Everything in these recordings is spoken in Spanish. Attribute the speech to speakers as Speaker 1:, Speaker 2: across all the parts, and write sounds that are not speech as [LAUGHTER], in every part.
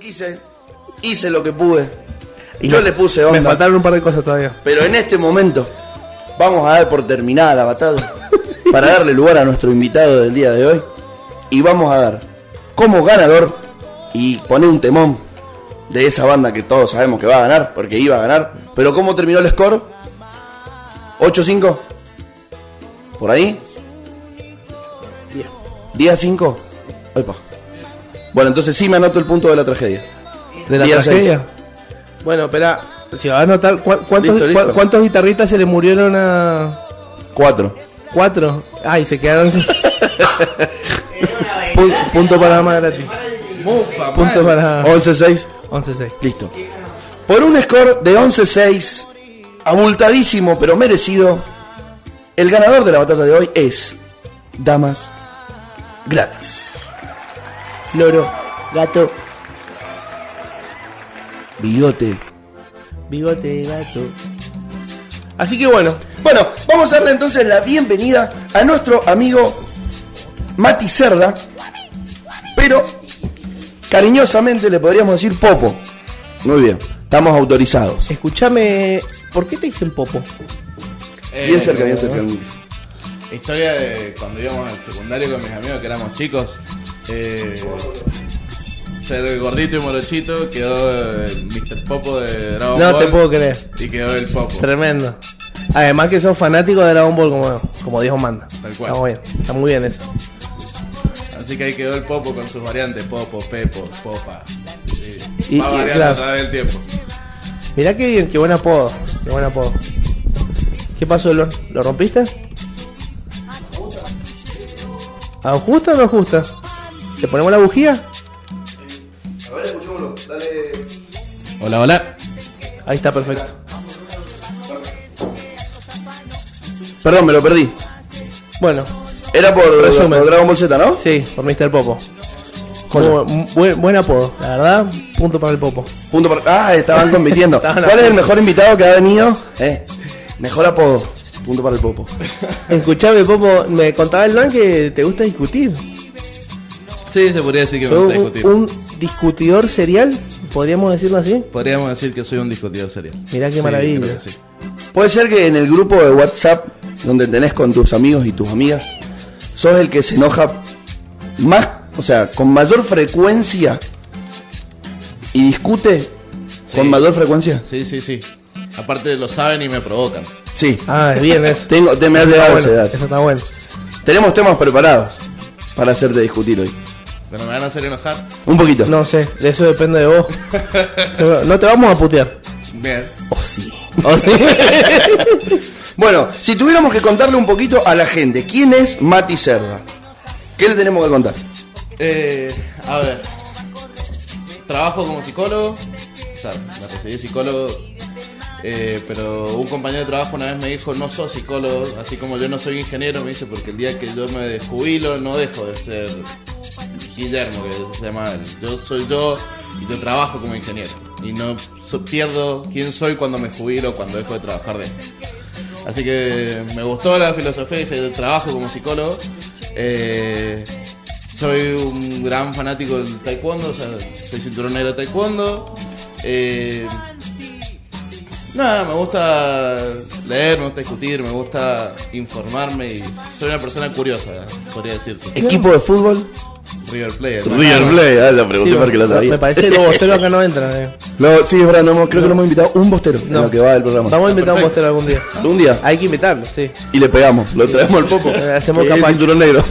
Speaker 1: hice, hice lo que pude.
Speaker 2: Y
Speaker 1: Yo
Speaker 2: me-
Speaker 1: le puse
Speaker 2: Me
Speaker 1: onda.
Speaker 2: faltaron un par de cosas todavía.
Speaker 1: Pero en este momento vamos a dar por terminada la batalla para darle lugar a nuestro invitado del día de hoy y vamos a dar como ganador y poner un temón de esa banda que todos sabemos que va a ganar porque iba a ganar, pero cómo terminó el score? 8-5 por ahí 10 5 Bueno, entonces sí me anoto el punto de la tragedia.
Speaker 2: De la
Speaker 1: Día seis.
Speaker 2: tragedia. Bueno, espera. Si va a notar, ¿cu- ¿cuántos,
Speaker 1: Listo, listo.
Speaker 2: cu- ¿cuántos guitarristas se le murieron a
Speaker 1: 4.
Speaker 2: cuatro? Ay, se quedaron sin- Pu- [LAUGHS] punto para dama gratis. Punto para
Speaker 1: Oh. 11-6.
Speaker 2: 11-6.
Speaker 1: Listo. Por un score de 11-6, abultadísimo pero merecido, el ganador de la batalla de hoy es Damas Gratis.
Speaker 2: Loro, gato,
Speaker 1: Bigote.
Speaker 2: bigote de gato. Así que bueno,
Speaker 1: Bueno, vamos a darle entonces la bienvenida a nuestro amigo Mati Cerda, pero cariñosamente le podríamos decir Popo. Muy bien, estamos autorizados.
Speaker 2: escúchame. ¿Por qué te dicen popo?
Speaker 1: Bien cerca, bien cerca.
Speaker 3: Eh, Historia de cuando íbamos al secundario con mis amigos que éramos chicos. Eh, ser gordito y morochito quedó el Mr. Popo de Dragon
Speaker 2: No
Speaker 3: Ball.
Speaker 2: te puedo creer.
Speaker 3: Y quedó el Popo.
Speaker 2: Tremendo. Además que sos fanático de Dragon Ball como, como Dios manda.
Speaker 3: Tal cual.
Speaker 2: Está muy bien, está muy bien eso.
Speaker 3: Así que ahí quedó el Popo con sus variantes: Popo, Pepo, Popa. Sí.
Speaker 2: Y-
Speaker 3: Va
Speaker 2: y,
Speaker 3: variando
Speaker 2: claro.
Speaker 3: a través del tiempo.
Speaker 2: Mirá qué bien, qué buen apodo. Qué buen apodo. ¿Qué pasó, Lon? ¿Lo rompiste? ¿A justa o no justa? ¿Le ponemos la bujía?
Speaker 3: Hola, hola.
Speaker 2: Ahí está, perfecto.
Speaker 1: Perdón, me lo perdí.
Speaker 2: Bueno,
Speaker 1: Era por,
Speaker 2: Resumen.
Speaker 1: por Dragon Ball Z, ¿no?
Speaker 2: sí, por Mr. Popo.
Speaker 1: Joya.
Speaker 2: Muy buen- buen, buen apodo, la verdad, punto para el Popo.
Speaker 1: Punto por- Ah, estaban compitiendo.
Speaker 2: [LAUGHS] Estaban
Speaker 1: ¿Cuál es el
Speaker 2: haciendo-
Speaker 1: mejor invitado que ha venido? Eh, mejor apodo. Punto para el popo.
Speaker 2: Escuchame, Popo, me contaba el Lon que te gusta discutir.
Speaker 3: Sí, se podría decir que me
Speaker 2: Sos
Speaker 3: gusta
Speaker 2: un,
Speaker 3: discutir.
Speaker 2: un discutidor serial, podríamos decirlo así.
Speaker 3: Podríamos decir que soy un discutidor serio.
Speaker 2: Mirá qué
Speaker 3: Sí,
Speaker 2: maravilla.
Speaker 3: creo que sí.
Speaker 1: Puede ser que en el grupo de WhatsApp, donde tenés con tus amigos y tus amigas, sos el que se enoja más, o sea, con mayor frecuencia y discute con
Speaker 3: Sí.
Speaker 1: mayor frecuencia.
Speaker 3: Sí, sí, sí. Aparte lo saben y me provocan.
Speaker 1: Sí.
Speaker 2: [LAUGHS] Ah, es bien eso.
Speaker 1: Tengo, te me has llegado a esa
Speaker 2: Ah, Bueno,
Speaker 1: edad.
Speaker 2: eso está bueno.
Speaker 1: Tenemos temas preparados para hacerte discutir hoy.
Speaker 3: Pero me van a hacer enojar.
Speaker 1: Un poquito.
Speaker 2: No sé, de eso depende de vos. No te vamos a putear.
Speaker 3: Bien.
Speaker 1: Oh, sí. [LAUGHS]
Speaker 2: ¿O sí?
Speaker 1: Bueno, si tuviéramos que contarle un poquito a la gente, ¿quién es Mati Cerda? ¿Qué le tenemos que contar?
Speaker 3: Eh, a ver. Trabajo como psicólogo. O sea, me recibí de psicólogo. eh, pero un compañero de trabajo una vez me dijo, no sos psicólogo, así como yo no soy ingeniero, me dice, porque el día que yo me jubilo no dejo de ser Guillermo, que se llama él. Yo soy yo y yo trabajo como ingeniero. Y no so- pierdo quién soy cuando me jubilo, cuando dejo de trabajar de esto. Así que me gustó la filosofía y dije, "Yo trabajo como psicólogo. Eh, soy un gran fanático del taekwondo, o sea, soy cinturón negro de taekwondo. Eh, nada, me gusta leer, me gusta discutir, me gusta informarme y soy una persona curiosa, podría decirse.
Speaker 1: ¿Equipo de fútbol?
Speaker 3: River Play.
Speaker 1: River Play, ah, la pregunté
Speaker 2: Sí,
Speaker 1: porque la sabía.
Speaker 2: Me parece que los bosteros acá no entran. eh.
Speaker 1: [LAUGHS] No, sí, es verdad, no hemos- creo que no hemos invitado un bostero en
Speaker 2: No.
Speaker 1: lo que va del programa.
Speaker 2: Vamos a invitar a un
Speaker 3: perfecto.
Speaker 2: bostero algún día.
Speaker 1: Un día
Speaker 2: Hay que invitarlo, sí.
Speaker 1: y le pegamos, lo traemos al popo.
Speaker 2: Eh, hacemos
Speaker 1: Y el
Speaker 2: capaz.
Speaker 1: cinturón negro.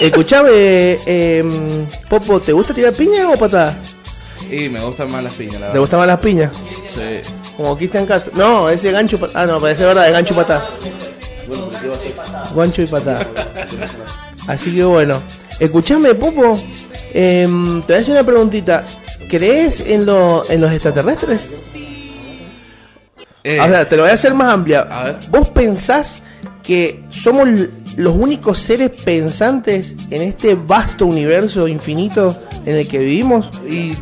Speaker 2: Escuchame, eh, Popo, ¿te gusta tirar piña o patada?
Speaker 3: Y me gustan más las piñas, la
Speaker 2: ¿Te
Speaker 3: verdad.
Speaker 2: gustaban las piñas?
Speaker 3: Sí.
Speaker 2: Como Cristian Castro. No, ese gancho. pa- Ah, no, parece verdad, es gancho y patada. Gancho y patada. Así que bueno. Escuchame, Popo. em, te voy a hacer una preguntita. ¿Crees en, lo- en los extraterrestres?
Speaker 3: Eh,
Speaker 2: O sea, te lo voy a hacer más amplia.
Speaker 3: A ver.
Speaker 2: ¿Vos pensás que somos l- los únicos seres pensantes en este vasto universo infinito en el que vivimos?
Speaker 3: y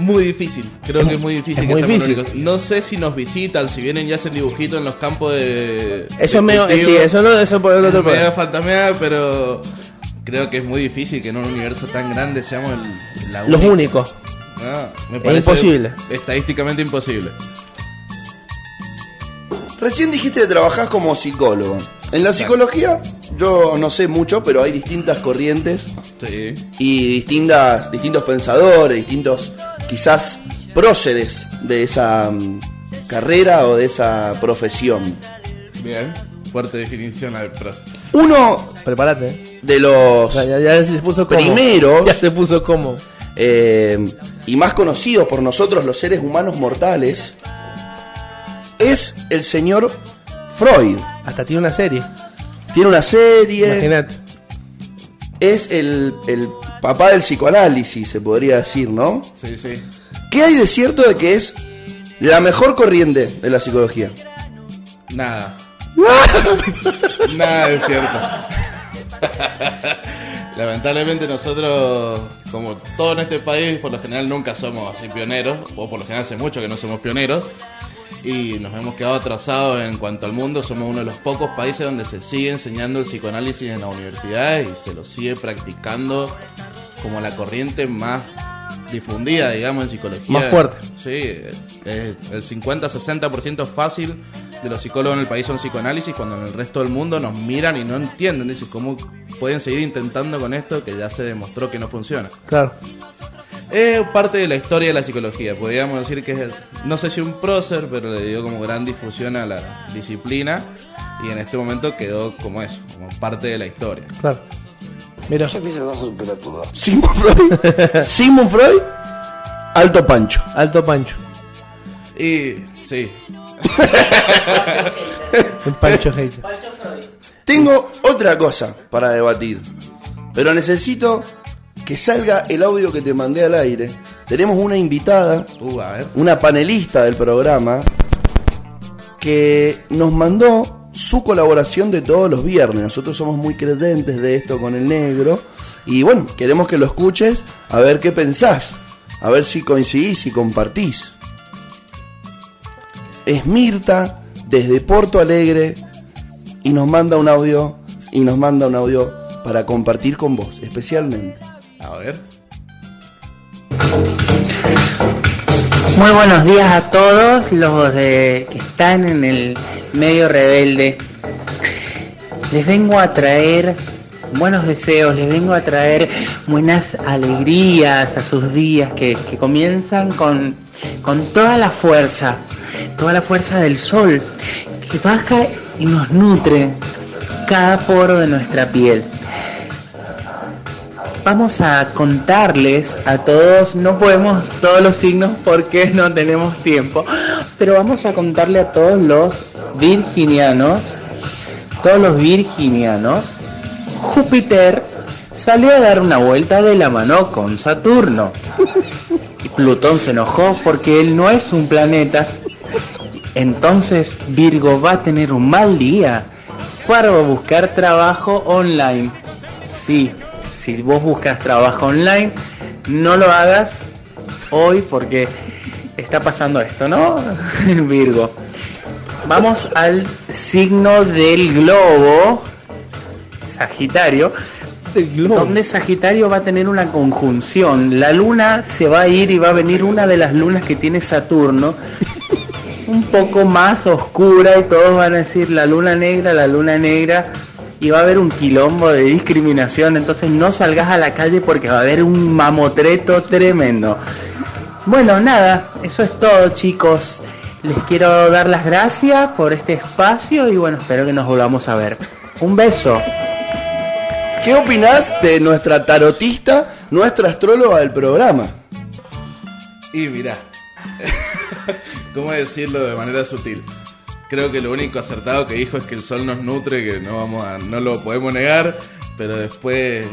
Speaker 3: muy difícil, creo
Speaker 2: Es
Speaker 3: que es
Speaker 2: mu-
Speaker 3: muy difícil
Speaker 2: es
Speaker 3: que
Speaker 2: muy
Speaker 3: seamos los
Speaker 2: difícil.
Speaker 3: únicos. No sé si nos visitan, si vienen y hacen dibujitos en los campos de.
Speaker 2: Eso
Speaker 3: de
Speaker 2: es medio. eh,
Speaker 3: cultivo.
Speaker 2: sí, eso no, eso por el
Speaker 3: Es
Speaker 2: otro
Speaker 3: medio
Speaker 2: lado.
Speaker 3: fantasmeada, pero creo que es muy difícil que en un universo tan grande seamos el- la
Speaker 2: Los
Speaker 3: única-
Speaker 2: únicos.
Speaker 3: El Ah, me parece
Speaker 2: imposible.
Speaker 3: Estadísticamente imposible.
Speaker 1: [LAUGHS] Recién dijiste que trabajás como psicólogo. En la psicología, yo no sé mucho, pero hay distintas corrientes
Speaker 3: Sí.
Speaker 1: y distintas, distintos pensadores, distintos quizás próceres de esa mm, carrera o de esa profesión.
Speaker 3: Bien. Fuerte definición al pros.
Speaker 1: Uno
Speaker 2: Prepárate. eh.
Speaker 1: de
Speaker 2: O
Speaker 1: los
Speaker 2: sea, ya, ya se puso como.
Speaker 1: Primeros.
Speaker 2: Ya se puso como.
Speaker 1: eh, y más conocidos por nosotros los seres humanos mortales es el señor Freud.
Speaker 2: Hasta tiene una serie.
Speaker 1: Tiene una serie,
Speaker 2: Imagínate.
Speaker 1: es el, el papá del psicoanálisis, se podría decir, ¿no?
Speaker 3: Sí, sí.
Speaker 1: ¿Qué hay de cierto de que es la mejor corriente de la psicología?
Speaker 3: Nada. Nada es cierto. Lamentablemente nosotros, como todo en este país, por lo general nunca somos así pioneros, o por lo general hace mucho que no somos pioneros, y nos hemos quedado atrasados en cuanto al mundo. Somos uno de los pocos países donde se sigue enseñando el psicoanálisis en las universidades y se lo sigue practicando como la corriente más difundida, digamos, en psicología.
Speaker 2: Más fuerte.
Speaker 3: Sí, eh, el 50-60% fácil de los psicólogos en el país son psicoanálisis, cuando en el resto del mundo nos miran y no entienden. Dicen, ¿cómo pueden seguir intentando con esto que ya se demostró que no funciona?
Speaker 2: Claro.
Speaker 3: Es parte de la historia de la psicología. Podríamos decir que es, el- no sé si un prócer, pero le dio como gran difusión a la disciplina y en este momento quedó como eso, como parte de la historia.
Speaker 2: Claro. Mira,
Speaker 1: Sigmund Freud, Sigmund Freud, alto pancho.
Speaker 2: alto pancho.
Speaker 3: Y sí,
Speaker 2: Un pancho hater.
Speaker 1: Tengo otra cosa para debatir, pero necesito que salga el audio que te mandé al aire. Tenemos una invitada
Speaker 3: uh, a ver.
Speaker 1: una panelista del programa que nos mandó su colaboración de todos los viernes. Nosotros somos muy creyentes de esto con el negro. Y bueno, queremos que lo escuches a ver qué pensás. A ver si coincidís, si compartís. Es Mirta desde Porto Alegre y nos manda un audio y nos manda un audio para compartir con vos, especialmente.
Speaker 3: A ver.
Speaker 4: Muy buenos días a todos los de- que están en el medio rebelde. Les vengo a traer buenos deseos, les vengo a traer buenas alegrías a sus días que, que comienzan con, con toda la fuerza, toda la fuerza del sol que baja y nos nutre cada poro de nuestra piel vamos a contarles a todos, no podemos todos los signos porque [LAUGHS] no tenemos tiempo, pero vamos a contarle a todos los virginianos, todos los virginianos, Júpiter salió a dar una vuelta de la mano con Saturno. [LAUGHS] Y Plutón se enojó porque él no es un planeta. Entonces Virgo va a tener un mal día para buscar trabajo online. Sí, si vos buscas trabajo online, no lo hagas hoy porque está pasando esto, ¿no? [LAUGHS] Virgo. Vamos al signo del globo, Sagitario,
Speaker 2: El Este globo.
Speaker 4: donde Sagitario va a tener una conjunción. La luna se va a ir y va a venir una de las lunas que tiene Saturno, un poco más oscura y todos van a decir la luna negra, la luna negra y va a haber un quilombo de discriminación, entonces no salgas a la calle porque va a haber un mamotreto tremendo. Bueno, nada, eso es todo chicos. Les quiero dar las gracias por este espacio y bueno, espero que nos volvamos a ver. Un beso.
Speaker 1: ¿Qué opinás de nuestra tarotista, nuestra astróloga del programa?
Speaker 3: Y mirá, [LAUGHS] ¿cómo decirlo de manera sutil? Creo que lo único acertado que dijo es que el sol nos nutre, que no vamos a, no lo podemos negar, pero después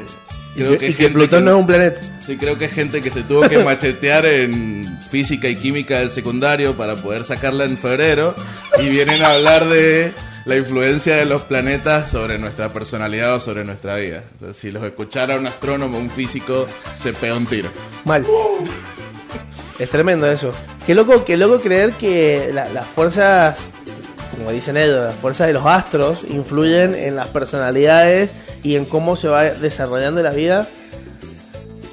Speaker 2: y
Speaker 3: creo
Speaker 2: que,
Speaker 3: que, es
Speaker 2: y que
Speaker 3: gente
Speaker 2: Plutón
Speaker 3: que-
Speaker 2: no es un planeta.
Speaker 3: Sí, creo que es gente que se tuvo que machetear en física y química del secundario para poder sacarla en febrero y vienen a hablar de la influencia de los planetas sobre nuestra personalidad o sobre nuestra vida. O sea, si los escuchara un astrónomo, un físico, se pega un tiro.
Speaker 2: Mal. Es tremendo eso. Qué loco, qué loco creer que la- las fuerzas, como dicen ellos, las fuerzas de los astros influyen en las personalidades y en cómo se va desarrollando la vida.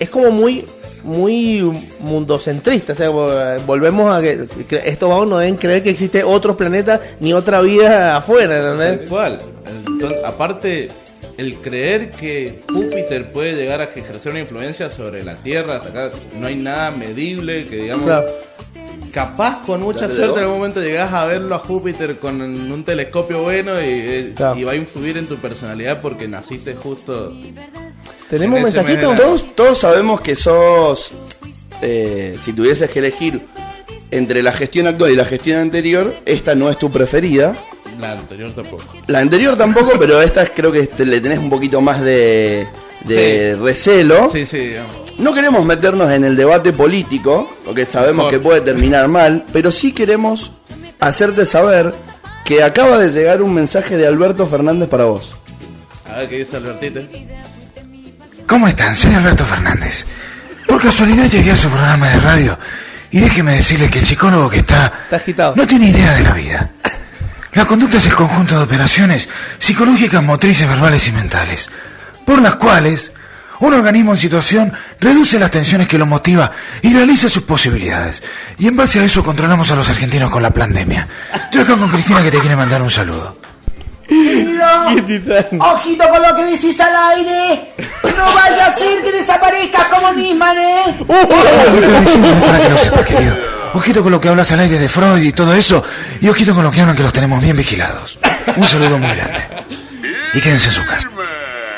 Speaker 2: Es como muy muy mundocentrista. O sea, vol- volvemos a que que estos vagos no deben creer que existe otros planetas ni otra vida afuera,
Speaker 3: Tal
Speaker 2: ¿entendés?
Speaker 3: cual. Entonces, aparte, el creer que Júpiter puede llegar a ejercer una influencia sobre la Tierra, hasta acá no hay nada medible que digamos.
Speaker 2: Claro.
Speaker 3: Capaz con mucha
Speaker 1: Dale,
Speaker 3: suerte
Speaker 1: dos.
Speaker 3: en algún momento llegás a verlo a Júpiter con un telescopio bueno y, eh,
Speaker 2: Claro.
Speaker 3: y va a influir en tu personalidad porque naciste justo.
Speaker 2: ¿Tenemos
Speaker 3: En ese
Speaker 2: mensajitos?
Speaker 3: mes de la-
Speaker 1: Todos, todos sabemos que sos, eh, si tuvieses que elegir entre la gestión actual y la gestión anterior, esta no es tu preferida.
Speaker 3: La anterior tampoco.
Speaker 1: La anterior
Speaker 3: [LAUGHS]
Speaker 1: tampoco, pero esta es- creo que te- le tenés un poquito más de, de recelo.
Speaker 3: Sí, sí, digamos.
Speaker 1: No queremos meternos en el debate político, porque sabemos
Speaker 3: Mejor.
Speaker 1: que puede terminar mal, pero sí queremos hacerte saber que acaba de llegar un mensaje de Alberto Fernández para vos.
Speaker 3: A ver qué dice Albertite.
Speaker 5: ¿Cómo están? Soy Alberto Fernández. Por casualidad llegué a su programa de radio y déjeme decirle que el psicólogo que está
Speaker 2: Está agitado.
Speaker 5: no tiene idea de la vida. La conducta es el conjunto de operaciones psicológicas, motrices, verbales y mentales, por las cuales un organismo en situación reduce las tensiones que lo motiva y realiza sus posibilidades. Y en base a eso controlamos a los argentinos con la pandemia. Estoy acá con Cristina que te quiere mandar un saludo.
Speaker 6: Ojito con lo que decís al aire. No vaya a ser que desaparezcas como Nisman, ¿eh?
Speaker 5: Lo que estoy diciendo es para que lo sepas, querido. Ojito con lo que hablas al aire de Freud y todo eso. Y ojito con lo que hablan que los tenemos bien vigilados. Un saludo muy grande. Y quédense en su casa.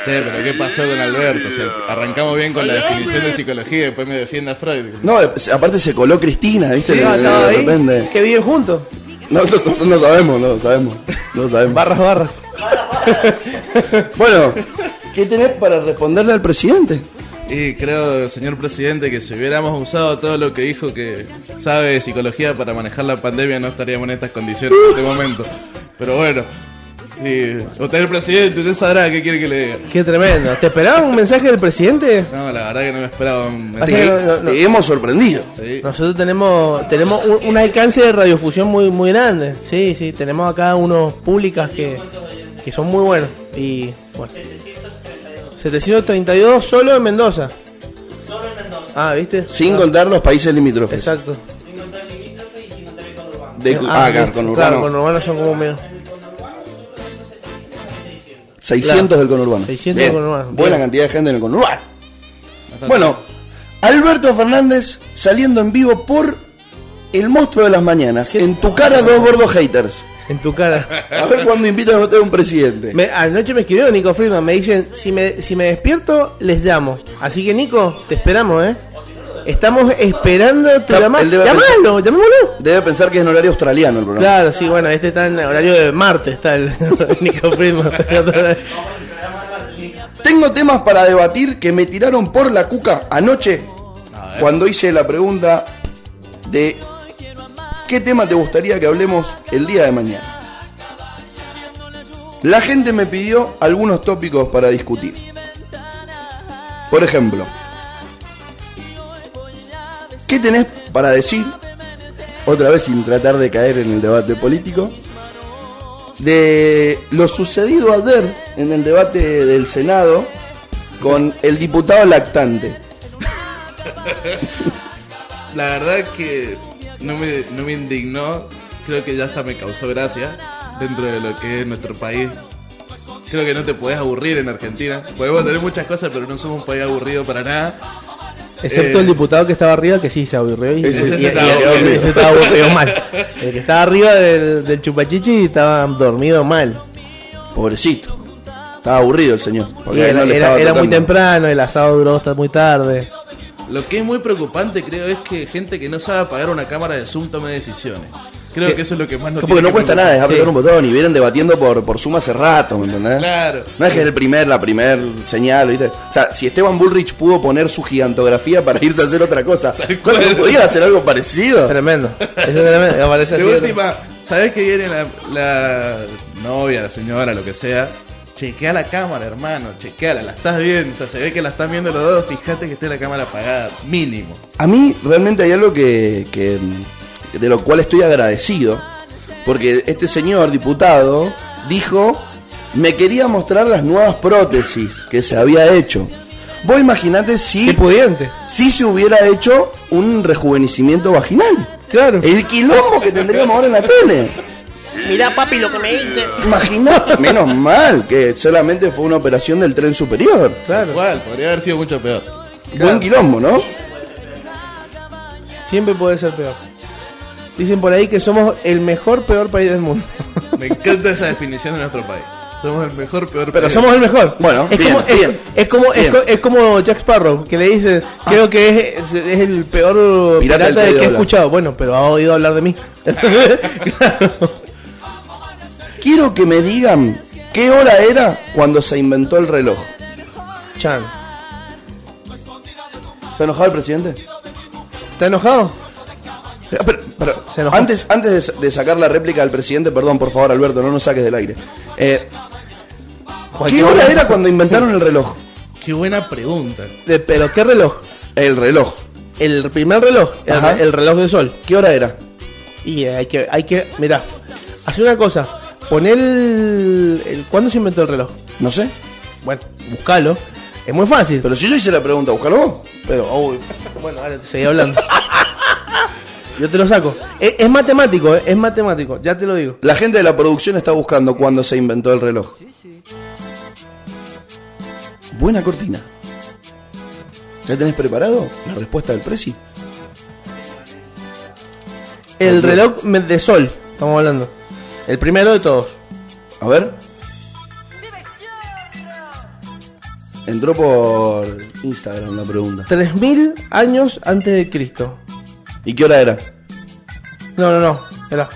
Speaker 3: Che, pero ¿qué pasó con Alberto? O sea, arrancamos bien con la definición de psicología y después me defiende a Freud.
Speaker 1: No, eh, aparte se coló Cristina, ¿viste?
Speaker 2: Sí,
Speaker 1: De-
Speaker 2: no,
Speaker 1: de-
Speaker 2: no,
Speaker 1: de
Speaker 2: ahí,
Speaker 1: repente.
Speaker 2: Que viven juntos.
Speaker 1: No, no, no, no sabemos, no sabemos. No sabemos.
Speaker 2: Barras, barras.
Speaker 1: Bueno, ¿qué tenés para responderle al presidente?
Speaker 3: Y creo, señor presidente, que si hubiéramos usado todo lo que dijo que sabe de psicología para manejar la pandemia, no estaríamos en estas condiciones en este momento. Pero bueno, y usted es el presidente, usted sabrá qué quiere que le diga.
Speaker 2: Qué tremendo. ¿Te esperaban un mensaje del presidente?
Speaker 3: No, la verdad que no me esperaba un...
Speaker 2: Así
Speaker 1: Te,
Speaker 2: que no, no, no.
Speaker 1: te hemos sorprendido.
Speaker 3: Sí.
Speaker 2: Nosotros tenemos tenemos un, un alcance de radiofusión muy muy grande. Sí, sí, tenemos acá unos públicas que, que son muy buenos y bueno. 732 solo en Mendoza. Solo en Mendoza. Ah, ¿viste?
Speaker 1: Sin
Speaker 2: Ah,
Speaker 1: contar los países limítrofes.
Speaker 2: Exacto.
Speaker 1: De, ah,
Speaker 2: listo.
Speaker 1: con
Speaker 2: Claro,
Speaker 1: urbano.
Speaker 2: con urbano son como menos.
Speaker 1: 600
Speaker 2: Claro.
Speaker 1: del conurbano.
Speaker 2: 600 del conurbano.
Speaker 1: Buena
Speaker 2: Bien.
Speaker 1: cantidad de gente en el conurbano. Bueno, Alberto Fernández saliendo en vivo por El Monstruo de las Mañanas. En tu cara, dos gordos haters.
Speaker 2: En
Speaker 1: [LAUGHS]
Speaker 2: tu cara.
Speaker 1: A ver cuándo invitan a votar a un presidente.
Speaker 2: Me- anoche me escribió Nico Friedman, me dicen, si me, si me despierto, les llamo. Así que Nico, te esperamos, ¿eh? Estamos esperando tu
Speaker 1: Él
Speaker 2: llamada.
Speaker 1: debe
Speaker 2: Llamalo, llamémoslo.
Speaker 1: Debe pensar que es en horario australiano el programa.
Speaker 2: Claro, sí, bueno, este está en horario de martes, está el [LAUGHS] Nico Friedman.
Speaker 1: Tengo temas para debatir que me tiraron por la cuca anoche
Speaker 3: A ver.
Speaker 1: cuando hice la pregunta de qué tema te gustaría que hablemos el día de mañana. La gente me pidió algunos tópicos para discutir. Por ejemplo, ¿qué tenés para decir? Otra vez sin tratar de caer en el debate político. De lo sucedido ayer en el debate del Senado con el diputado lactante.
Speaker 3: La verdad que no me, no me indignó, creo que ya hasta me causó gracia dentro de lo que es nuestro país. Creo que no te podés aburrir en Argentina. Podemos tener muchas cosas, pero no somos un país aburrido para nada.
Speaker 2: Excepto
Speaker 3: Eh.
Speaker 2: el diputado que estaba arriba, que sí se aburrió. Y,
Speaker 1: Ese
Speaker 2: y-
Speaker 3: se
Speaker 2: y-
Speaker 3: estaba
Speaker 2: y-
Speaker 3: aburrido.
Speaker 2: ese estaba aburrido mal. El que estaba arriba del, del chupachichi estaba dormido mal.
Speaker 1: Pobrecito. Estaba aburrido el señor.
Speaker 2: Y
Speaker 1: porque a él
Speaker 2: era,
Speaker 1: no le
Speaker 2: era-
Speaker 1: estaba
Speaker 2: era muy
Speaker 1: tocando.
Speaker 2: temprano, el asado duró hasta muy tarde.
Speaker 3: Lo que es muy preocupante, creo, es que gente que no sabe apagar una cámara de Zoom tome decisiones. Creo que eso es lo que más nos
Speaker 1: Porque
Speaker 3: tiene
Speaker 1: no
Speaker 3: que
Speaker 1: cuesta nada, es
Speaker 3: preocupar.
Speaker 1: apretar un botón y vienen debatiendo por, por suma hace rato, ¿me entendés?
Speaker 3: Claro.
Speaker 1: No es que es el primer, la primer señal, ¿viste? O sea, si Esteban Bullrich pudo poner su gigantografía para irse a hacer otra cosa, ¿cuál no podía hacer algo parecido?
Speaker 2: Tremendo. Eso es tremendo. Aparece así,
Speaker 3: De última, ¿sabes que viene la, la novia, la señora, lo que sea? Chequea la cámara, hermano, chequeala, la estás viendo, o sea, se ve que la están viendo los dos, fíjate que esté la cámara apagada, mínimo.
Speaker 1: A mí realmente hay algo que, que, mm, de lo cual estoy agradecido, porque este señor diputado dijo me quería mostrar las nuevas prótesis que se había hecho. Vos imaginate si,
Speaker 2: Qué pudiente.
Speaker 1: si se hubiera hecho un rejuvenecimiento vaginal.
Speaker 2: Claro.
Speaker 1: El quilombo que tendríamos ahora en la tele.
Speaker 7: Mirá, papi, lo que me hice.
Speaker 1: Imaginate, menos mal que solamente fue una operación del tren superior.
Speaker 2: Claro.
Speaker 3: Igual, podría haber sido mucho peor.
Speaker 1: Buen quilombo, ¿no?
Speaker 2: Siempre puede ser peor. Dicen por ahí que somos el mejor peor país del mundo.
Speaker 3: Me encanta esa definición de nuestro país. Somos el mejor, peor
Speaker 2: Pero
Speaker 3: país.
Speaker 2: somos el mejor.
Speaker 1: Bueno,
Speaker 2: es
Speaker 1: bien,
Speaker 2: como, es-
Speaker 1: bien,
Speaker 2: es, como es,
Speaker 1: bien. Ah.
Speaker 2: co- es como Jack Sparrow, que le dice, creo que es, es- es el peor
Speaker 1: Pirata
Speaker 2: pirata,
Speaker 1: del
Speaker 2: de que he
Speaker 1: Caribe,
Speaker 2: escuchado. Bueno, pero ha oído
Speaker 1: [LAUGHS]
Speaker 2: hablar de mí. Claro.
Speaker 1: Quiero que me digan qué hora era cuando se inventó el reloj.
Speaker 2: Chan.
Speaker 1: ¿Está enojado el presidente?
Speaker 2: ¿Está enojado?
Speaker 1: Eh, Pero, pero,
Speaker 2: Se enojó.
Speaker 1: antes, antes de sa- de, sacar la réplica del presidente, perdón, por favor, Alberto, no nos saques del aire. Eh, ¿Qué
Speaker 2: Cualquier
Speaker 1: hora era
Speaker 2: [LAUGHS]
Speaker 1: cuando inventaron el reloj?
Speaker 3: Qué buena pregunta.
Speaker 2: De- pero qué reloj?
Speaker 1: El reloj.
Speaker 2: El primer reloj, el,
Speaker 1: Ajá.
Speaker 2: el reloj de sol.
Speaker 1: ¿Qué hora era?
Speaker 2: Y eh, hay que, hay que, mirá, hacer una cosa, poner el, el- ¿Cuándo se inventó el reloj?
Speaker 1: No sé.
Speaker 2: Bueno, buscalo. Es muy fácil.
Speaker 1: Pero si yo hice la pregunta, búscalo vos.
Speaker 2: Pero, uy, bueno, ahora te seguí hablando. Yo te lo saco. Es, es matemático, eh, es matemático, ya te lo digo.
Speaker 1: La gente de la producción está buscando cuándo se inventó el reloj. Buena cortina. ¿Ya tenés preparado la respuesta del Prezi?
Speaker 2: El
Speaker 1: Ok.
Speaker 2: reloj me- de sol, estamos hablando. El primero de todos.
Speaker 1: A ver. Entró por Instagram la pregunta.
Speaker 2: 3000 años antes de Cristo.
Speaker 1: ¿Y qué hora era?
Speaker 2: No, no, no, era.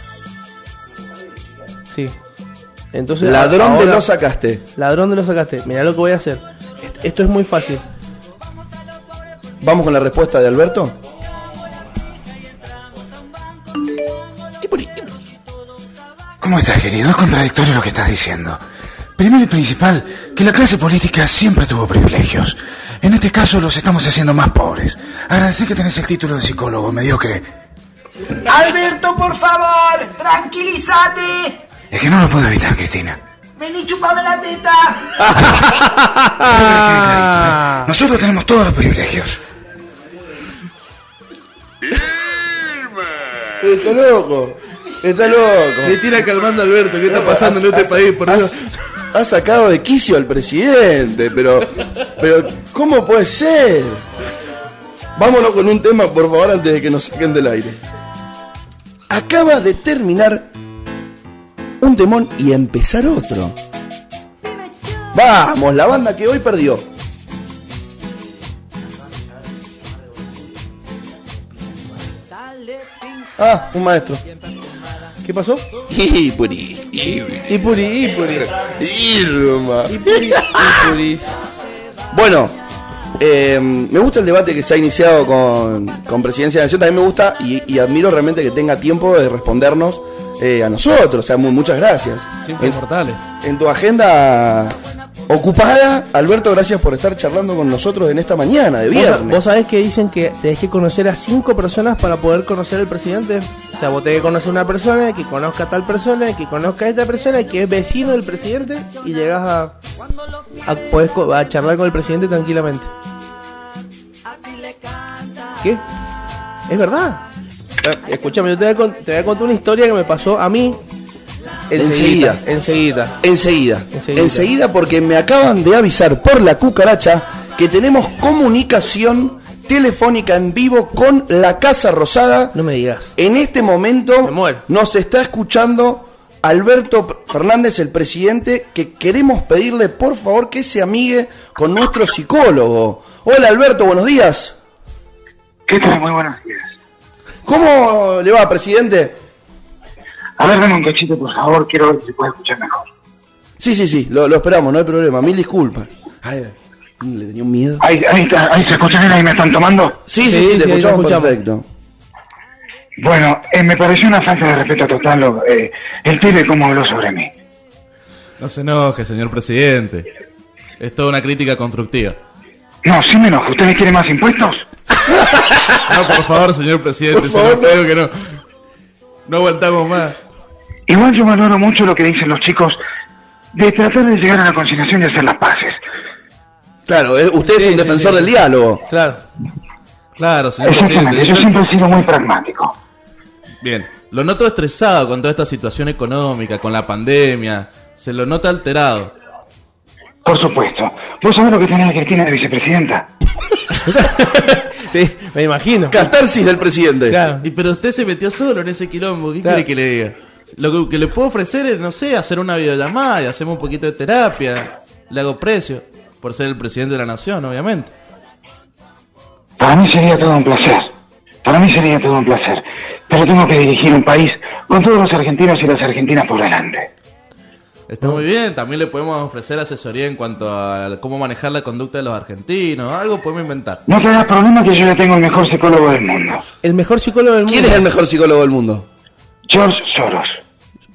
Speaker 2: Sí. Entonces,
Speaker 1: Ladrón de
Speaker 2: ahora-
Speaker 1: lo sacaste.
Speaker 2: Ladrón de lo sacaste. Mirá lo que voy a hacer. Est- Esto es muy fácil.
Speaker 1: Vamos con la respuesta de Alberto.
Speaker 5: ¿Cómo estás, querido? Es contradictorio lo que estás diciendo. Primero y principal, que la clase política siempre tuvo privilegios. En este caso los estamos haciendo más pobres. Agradecer que tenés el título de psicólogo mediocre.
Speaker 6: Alberto, por favor, tranquilízate.
Speaker 5: Es que no lo puedo evitar, Cristina.
Speaker 6: Vení, chupame la teta.
Speaker 5: Nosotros tenemos todos los privilegios.
Speaker 1: Está loco. Está
Speaker 3: Le
Speaker 1: loco.
Speaker 3: tira calmando a Alberto, ¿qué está pasando en
Speaker 1: Has-
Speaker 3: este
Speaker 1: has-
Speaker 3: país? Por
Speaker 1: has-
Speaker 3: Dios.
Speaker 1: has sacado de quicio al presidente, pero. Pero, ¿cómo puede ser? Vámonos con un tema, por favor, antes de que nos saquen del aire. Acaba de terminar un temón y empezar otro. Vamos, la banda que hoy perdió. Ah, un maestro.
Speaker 2: ¿Qué pasó?
Speaker 1: Y puri, y
Speaker 2: Y puri, y puri.
Speaker 1: Irma.
Speaker 2: Y puri, y puri.
Speaker 1: Bueno, eh, me gusta el debate que se ha iniciado con, con Presidencia de la Nación. También me gusta y, y admiro realmente que tenga tiempo de respondernos eh, a nosotros. O sea, mu- muchas gracias.
Speaker 8: Siempre
Speaker 1: En,
Speaker 8: mortales.
Speaker 1: en tu agenda ocupada, Alberto, gracias por estar charlando con nosotros en esta mañana de
Speaker 2: ¿Vos,
Speaker 1: viernes.
Speaker 2: vos sabés que dicen que tenés que conocer a cinco personas para poder conocer al presidente. O sea, vos tenés que conocer a una persona, que conozca a tal persona, que conozca a esta persona, que es vecino del presidente y llegás a, a, podés co- a charlar con el presidente tranquilamente. ¿Qué? Es verdad. Eh, Escúchame, yo te voy, a con- te voy a contar una historia que me pasó a mí
Speaker 1: Enseguida.
Speaker 2: enseguida. Enseguida.
Speaker 1: Enseguida,
Speaker 2: Enseguida.
Speaker 1: enseguida, porque me acaban de avisar por la cucaracha que tenemos comunicación telefónica en vivo con la Casa Rosada.
Speaker 2: No me digas.
Speaker 1: En este momento
Speaker 2: Me muero.
Speaker 1: nos está escuchando Alberto Fernández, el presidente, que queremos pedirle por favor que se amigue con nuestro psicólogo. Hola Alberto, buenos días.
Speaker 9: ¿Qué tal? Muy buenos días.
Speaker 1: ¿Cómo le va, presidente?
Speaker 9: A ver, dame un cachito, por favor. Quiero ver si se puede escuchar mejor.
Speaker 1: Sí, sí, sí, lo, lo esperamos, no hay problema. Mil disculpas. Ay, le tenía un miedo.
Speaker 9: Ahí, ahí, está, ahí se escucha bien, ahí me están tomando.
Speaker 1: Sí, sí,
Speaker 2: Sí,
Speaker 1: sí,
Speaker 2: sí,
Speaker 1: te
Speaker 2: lo
Speaker 1: escuchamos,
Speaker 2: escuchamos.
Speaker 1: perfecto.
Speaker 9: Bueno, eh, me pareció una falta de respeto total lo- eh, el pibe cómo habló sobre mí.
Speaker 3: No se enoje, señor presidente. Es toda una crítica constructiva.
Speaker 9: No, sí me enojo. ¿Ustedes quieren más impuestos?
Speaker 3: No, por favor, señor presidente,
Speaker 1: Por
Speaker 3: se lo
Speaker 1: favor, no.
Speaker 3: pido que no. No aguantamos más.
Speaker 9: Igual yo valoro mucho lo que dicen los chicos de tratar de llegar a la conciliación y hacer las paces.
Speaker 1: Claro, eh, usted es
Speaker 8: Sí, sí,
Speaker 1: un defensor
Speaker 8: sí.
Speaker 1: del diálogo.
Speaker 2: Claro.
Speaker 8: Claro, señor
Speaker 9: Exactamente, yo
Speaker 8: presidente.
Speaker 9: siempre he sido muy pragmático.
Speaker 8: Bien.
Speaker 3: Lo noto estresado con toda esta situación económica, con la pandemia. Se lo nota alterado.
Speaker 9: Por supuesto. ¿Vos sabés lo que tenés a Cristina de vicepresidenta?
Speaker 2: Sí, me imagino.
Speaker 1: Catarsis del presidente.
Speaker 2: Claro.
Speaker 3: Y pero usted se metió solo en ese quilombo, ¿qué
Speaker 2: Claro.
Speaker 3: quiere que le diga? Lo que, que le puedo ofrecer es, no sé, hacer una videollamada y hacemos un poquito de terapia. Le hago precio, por ser el presidente de la nación, obviamente.
Speaker 9: Para mí sería todo un placer. Para mí sería todo un placer. Pero tengo que dirigir un país con todos los argentinos y las argentinas por delante.
Speaker 3: Está muy bien, también le podemos ofrecer asesoría en cuanto a cómo manejar la conducta de los argentinos, algo podemos inventar.
Speaker 9: No te hagas problema que yo ya tengo el mejor psicólogo del mundo.
Speaker 2: El mejor psicólogo del mundo.
Speaker 1: ¿Quién es el mejor psicólogo del mundo?
Speaker 9: George Soros.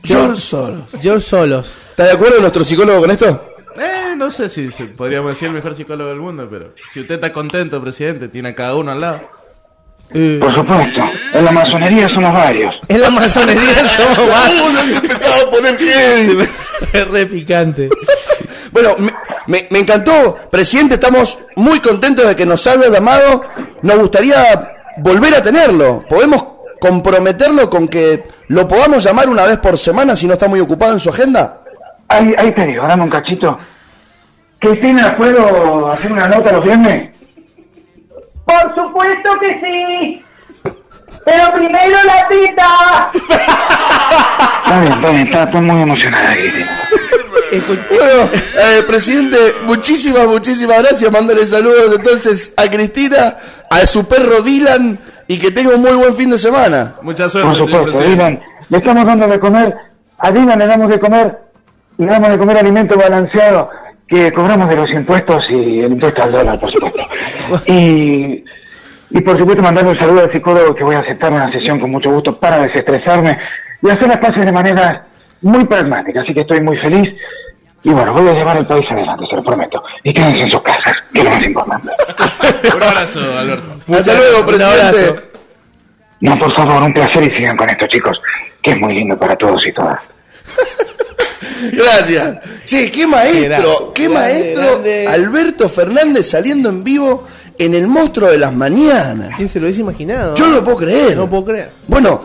Speaker 1: George Soros.
Speaker 2: George Solos.
Speaker 1: ¿Está de acuerdo nuestro psicólogo con esto?
Speaker 3: Eh, no sé si si podríamos decir el mejor psicólogo del mundo, pero si usted está contento, presidente, tiene a cada uno al lado.
Speaker 2: Eh,
Speaker 9: Por supuesto. En la masonería somos varios.
Speaker 2: es la [LAUGHS] masonería, somos más.
Speaker 1: ¡Oh, ya se empezaba a poner bien!
Speaker 2: Es re picante.
Speaker 1: Bueno, me, me- me encantó. Presidente, estamos muy contentos de que nos haya llamado. Nos gustaría volver a tenerlo. Podemos comprometerlo con que lo podamos llamar una vez por semana si no está muy ocupado en su agenda.
Speaker 9: Ahí, ahí te digo, dame un cachito. Cristina, ¿puedo hacer una nota los viernes?
Speaker 6: Por supuesto que sí. Pero primero la tita.
Speaker 9: Está bien, está bien, está, está muy emocionada, Cristina.
Speaker 1: Bueno, eh, presidente, muchísimas, muchísimas gracias. Mándale saludos entonces a Cristina, a su perro Dylan y que tenga un muy buen fin de semana.
Speaker 3: Mucha
Speaker 9: Por
Speaker 3: suerte, señor
Speaker 9: supuesto,
Speaker 3: presidente.
Speaker 9: Dylan. Le estamos dando de comer. A Dylan le damos de comer. Le damos de comer alimento balanceado que cobramos de los impuestos y el impuesto al dólar, por supuesto. Y, y por supuesto, mandarle un saludo al psicólogo que voy a aceptar una sesión con mucho gusto para desestresarme y hacer las paces de manera muy pragmática. Así que estoy muy feliz. Y bueno, voy a llevar el país adelante, se lo prometo. Y quédense en sus casas, que es lo más importante.
Speaker 3: Un abrazo, Alberto.
Speaker 1: Hasta luego, presidente.
Speaker 2: abrazo.
Speaker 9: No, por favor, un placer y sigan con esto, chicos, que es muy lindo para todos y todas.
Speaker 1: Gracias. Sí, qué maestro, qué
Speaker 2: Grande,
Speaker 1: maestro
Speaker 2: grande.
Speaker 1: Alberto Fernández saliendo en vivo en el monstruo de las mañanas.
Speaker 2: ¿Quién se lo hubiese imaginado?
Speaker 1: Yo no lo puedo creer.
Speaker 2: No puedo creer.
Speaker 1: Bueno,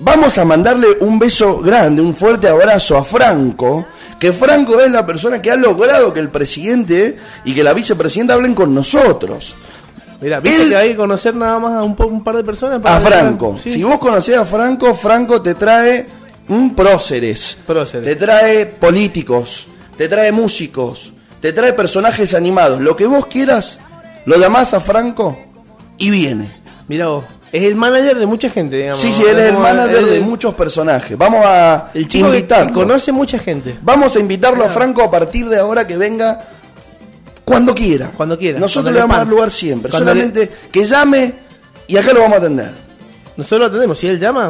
Speaker 1: vamos a mandarle un beso grande, un fuerte abrazo a Franco, que Franco es la persona que ha logrado que el presidente y que la vicepresidenta hablen con nosotros.
Speaker 2: Mira, viste
Speaker 1: Él-
Speaker 2: que hay que conocer nada más a un, po- un par de personas
Speaker 1: A
Speaker 2: llegar-
Speaker 1: Franco.
Speaker 2: Sí.
Speaker 1: Si vos conocés a Franco, Franco te trae un próceres.
Speaker 2: Próceres.
Speaker 1: Te trae políticos, te trae músicos, te trae personajes animados. Lo que vos quieras, lo llamás a Franco y viene.
Speaker 2: Mira vos. Es el manager de mucha gente, digamos.
Speaker 1: sí, sí, él es el
Speaker 2: como
Speaker 1: manager
Speaker 2: el-
Speaker 1: de muchos personajes. Vamos a
Speaker 2: El chico que- que
Speaker 1: invitarlo.
Speaker 2: conoce mucha gente.
Speaker 1: Vamos a invitarlo a Franco a partir de ahora que venga cuando quiera.
Speaker 2: Cuando quiera,
Speaker 1: Nosotros
Speaker 2: cuando
Speaker 1: le
Speaker 2: le
Speaker 1: vamos a dar
Speaker 2: pan.
Speaker 1: lugar siempre.
Speaker 2: Cuando le-
Speaker 1: Solamente que llame y acá lo vamos a atender.
Speaker 2: Nosotros lo atendemos. Si él llama,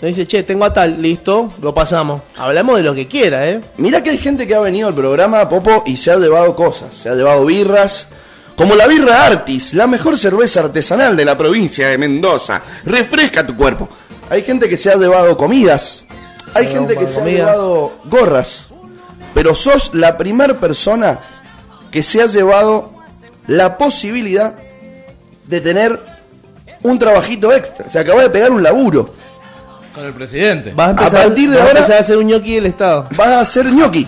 Speaker 2: nos dice, che, tengo a tal, listo, lo pasamos. Hablamos de lo que quiera, ¿eh?
Speaker 1: Mirá que hay gente que ha venido al programa Popo y se ha llevado cosas, se ha llevado birras, como la birra Artis, la mejor cerveza artesanal de la provincia de Mendoza. Refresca tu cuerpo. Hay gente que se ha llevado comidas, hay
Speaker 2: Llevado
Speaker 1: gente que se
Speaker 2: comidas.
Speaker 1: ha llevado gorras, pero sos la primer persona que se ha llevado la posibilidad de tener un trabajito extra. Se acaba de pegar un laburo.
Speaker 3: Con el presidente.
Speaker 2: Vas a, empezar,
Speaker 1: partir de
Speaker 2: vas a
Speaker 1: ahora-
Speaker 2: empezar a ser un ñoqui del Estado.
Speaker 1: Vas a ser ñoqui.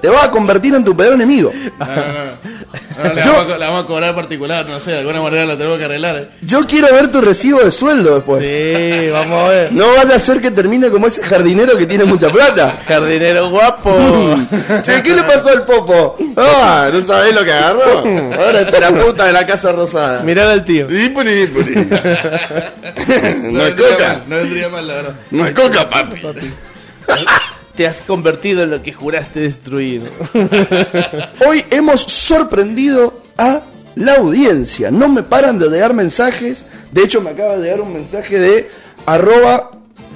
Speaker 1: Te vas a convertir en tu peor enemigo.
Speaker 3: No, no, no. No, le,
Speaker 1: Yo-
Speaker 3: vamos a, co- le vamos a cobrar particular, no sé, de alguna manera la tenemos que arreglar. eh.
Speaker 1: Yo quiero ver tu recibo de sueldo después.
Speaker 2: Sí, vamos a ver.
Speaker 1: No vaya a ser que termine como ese jardinero que tiene mucha plata.
Speaker 2: Jardinero guapo.
Speaker 1: Mm. Che, ¿qué le pasó al popo? Ah, ¿no sabés lo que agarró? Ahora está la puta de la Casa Rosada.
Speaker 2: Mirá al tío.
Speaker 1: Dipuri, dipuri.
Speaker 3: No,
Speaker 1: No es
Speaker 3: vendría
Speaker 1: coca,
Speaker 3: mal, no vendría mal, la verdad.
Speaker 1: no es coca, papi.
Speaker 2: Te has convertido en lo que juraste destruir.
Speaker 1: Hoy hemos sorprendido a la audiencia. No me paran de llegar mensajes. De hecho, me acaba de llegar un mensaje de arroba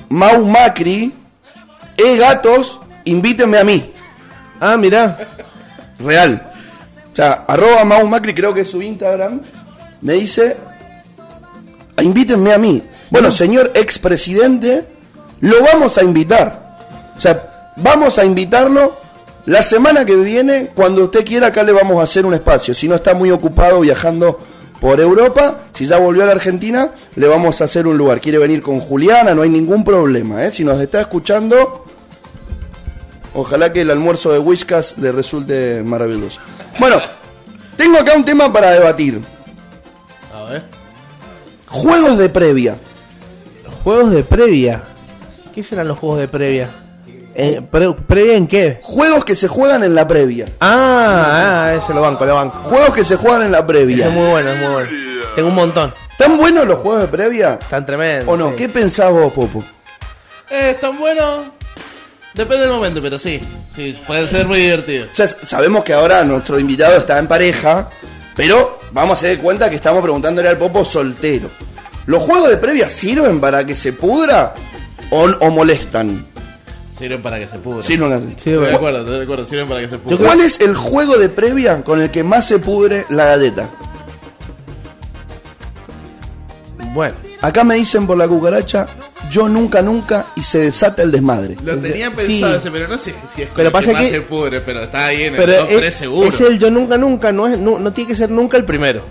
Speaker 1: maumacri. Eh, gatos, invítenme a mí.
Speaker 2: ah, mirá.
Speaker 1: Real. O sea, arroba Mau Macri, creo que es su Instagram, me dice, invítenme a mí. Bueno, señor expresidente, lo vamos a invitar. O sea, vamos a invitarlo La semana que viene, cuando usted quiera, acá le vamos a hacer un espacio. Si no está muy ocupado viajando por Europa, si ya volvió a la Argentina, le vamos a hacer un lugar. Quiere venir con Juliana, no hay ningún problema. ¿eh? Si nos está escuchando, ojalá que el almuerzo de Whiskas le resulte maravilloso. Bueno, tengo acá un tema para debatir.
Speaker 3: A ver.
Speaker 1: Juegos de previa.
Speaker 2: Juegos de previa. ¿Qué serán los juegos de previa? Eh, pre- ¿Previa en qué?
Speaker 1: Juegos que se juegan en la previa.
Speaker 2: Ah, ah, ese lo banco, lo banco.
Speaker 1: Juegos que se juegan en la
Speaker 2: Ese es
Speaker 1: previa.
Speaker 2: muy bueno, es muy bueno. Tengo un montón.
Speaker 1: ¿Están buenos los juegos de previa?
Speaker 2: Están tremendos.
Speaker 1: ¿O no?
Speaker 2: sí.
Speaker 1: ¿Qué pensás vos, Popo?
Speaker 3: Eh, ¿Es tan bueno? Depende del momento, pero sí. Sí, puede ser muy divertido.
Speaker 1: O sea, sabemos que ahora nuestro invitado está en pareja, pero vamos a hacer de cuenta que estamos preguntándole al Popo soltero. ¿Los juegos de previa sirven para que se pudra o, o molestan?
Speaker 3: Sirven para que se pudra.
Speaker 1: Sí, no, no.
Speaker 2: Sí,
Speaker 3: Estoy de
Speaker 2: bueno.
Speaker 3: acuerdo, estoy de acuerdo. Sirven para que se pudra.
Speaker 1: ¿Cuál es el juego de previa con el que más se pudre la galleta?
Speaker 2: Bueno,
Speaker 1: Acá me dicen por la cucaracha, yo nunca, nunca, y se desata el desmadre.
Speaker 3: Lo tenía
Speaker 2: Sí.
Speaker 3: pensado ese, pero no sé si es con
Speaker 2: Pero
Speaker 3: el
Speaker 2: pasa
Speaker 3: más
Speaker 2: que-
Speaker 3: se pudre, pero está ahí en
Speaker 2: pero
Speaker 3: el top 3
Speaker 2: es,
Speaker 3: seguro.
Speaker 2: es el yo nunca nunca, no, es, no, no tiene que ser nunca el primero.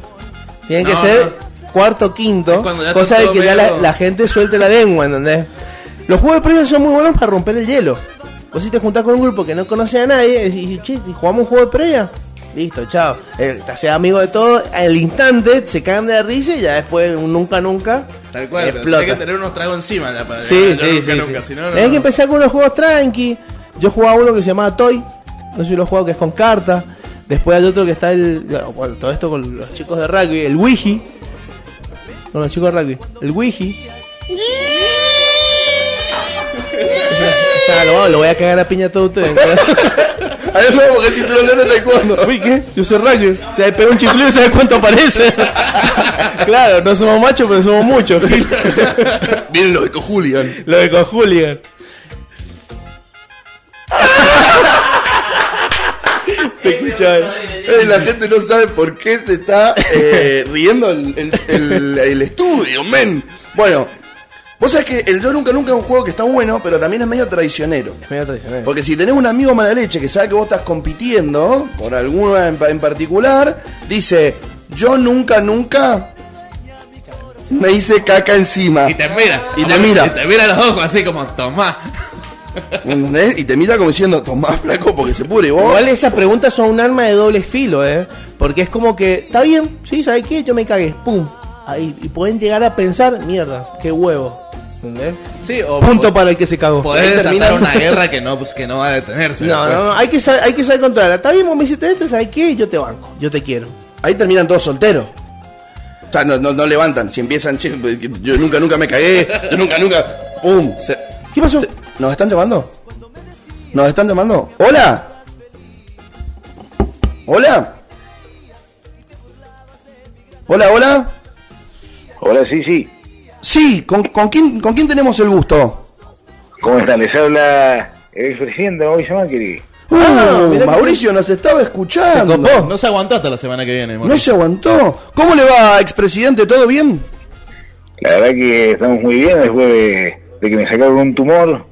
Speaker 2: Tiene que
Speaker 3: No,
Speaker 2: ser cuarto, quinto,
Speaker 3: Es cuando ya
Speaker 2: cosa
Speaker 3: está
Speaker 2: de
Speaker 3: todo
Speaker 2: que ya la,
Speaker 3: medio-
Speaker 2: la gente suelte la lengua, ¿entendés? Los juegos de previa son muy buenos para romper el hielo. Vos si te juntás con un grupo que no conoce a nadie, y decís, che, ¿y jugamos un juego de previa? Listo, chao. Eh, te haces amigo de todo, al instante se cagan de la risa y ya después un nunca nunca
Speaker 3: Tal cual, pero
Speaker 2: explota.
Speaker 3: tenés que tener unos tragos encima ya para
Speaker 2: Sí,
Speaker 3: ya
Speaker 2: sí,
Speaker 3: nunca,
Speaker 2: sí,
Speaker 3: nunca,
Speaker 2: sí.
Speaker 3: si no, no-
Speaker 2: Tenés que
Speaker 1: [LAUGHS]
Speaker 2: empezar con unos juegos tranqui. Yo jugaba uno que se llamaba Toy. No sé si lo he jugado que es con cartas. Después hay otro que está el. Bueno, todo esto con los chicos de rugby, el Ouija. Con los chicos de rugby. El Ouija. [LAUGHS] O sea, lo, lo voy a cagar a piña a todos [LAUGHS] ustedes.
Speaker 1: A ver, no, porque si tú no te cuándo.
Speaker 2: Uy, ¿qué? Yo soy rugby. O sea, pega un chiflido y sabes cuánto aparece. [LAUGHS] claro, no somos machos, pero somos muchos. [LAUGHS]
Speaker 1: Miren lo de Julian.
Speaker 2: Lo de con Julian. [LAUGHS] Se escucha ahí.
Speaker 1: Eh, la gente no sabe por qué se está [LAUGHS] eh, riendo el, el- el- el estudio, men. Bueno, vos sabés que el Yo Nunca Nunca es un juego que está bueno, pero también es medio traicionero.
Speaker 2: Medio tradicional.
Speaker 1: Porque si tenés un amigo mala leche que sabe que vos estás compitiendo por alguna en, pa- en particular, dice, yo nunca, nunca me hice caca encima.
Speaker 3: Y te mira.
Speaker 1: Y te mira.
Speaker 3: Y te mira a los ojos así como, tomá.
Speaker 1: ¿Entendés? Y te mira como diciendo, tomá flaco porque se pure vos.
Speaker 2: Igual esas preguntas son un arma de doble filo, ¿eh? Porque es como que, está bien, sí, ¿sabes qué? Yo me cagué, pum. Ahí, y pueden llegar a pensar, mierda, qué huevo. ¿Entendés?
Speaker 3: Sí, o
Speaker 2: Punto
Speaker 3: o-
Speaker 2: para el que se cagó.
Speaker 3: podés
Speaker 1: Ahí
Speaker 3: desatar
Speaker 1: termina.
Speaker 3: una
Speaker 2: [LAUGHS]
Speaker 3: guerra que no, pues, que no va a detenerse.
Speaker 2: No,
Speaker 3: después.
Speaker 2: no, no, hay que saber, hay que saber controlar. Está bien, vos me hiciste esto, ¿sabes qué? Yo te banco, yo te
Speaker 1: [LAUGHS]
Speaker 2: quiero.
Speaker 1: Ahí terminan todos solteros. O sea, no, no- no levantan. Si empiezan, "Che, yo nunca, nunca me cagué, yo nunca, nunca. ¡Pum! Se-
Speaker 2: ¿Qué pasó?
Speaker 1: te- ¿Nos están llamando? ¿Nos están llamando? ¡Hola! ¿Hola? ¿Hola, hola?
Speaker 9: Hola, sí, sí.
Speaker 1: Sí, ¿con, con quién, ¿con quién tenemos el gusto?
Speaker 9: ¿Cómo están? Les habla el presidente Mauricio Macri.
Speaker 1: Uh,
Speaker 2: Ah, mirá que-
Speaker 1: Mauricio nos estaba escuchando.
Speaker 2: Se copó.
Speaker 3: No se aguantó hasta la semana que viene.
Speaker 1: No se aguantó. ¿Cómo le va, expresidente? ¿Todo bien?
Speaker 9: La verdad que estamos muy bien después de, de que me sacaron un tumor.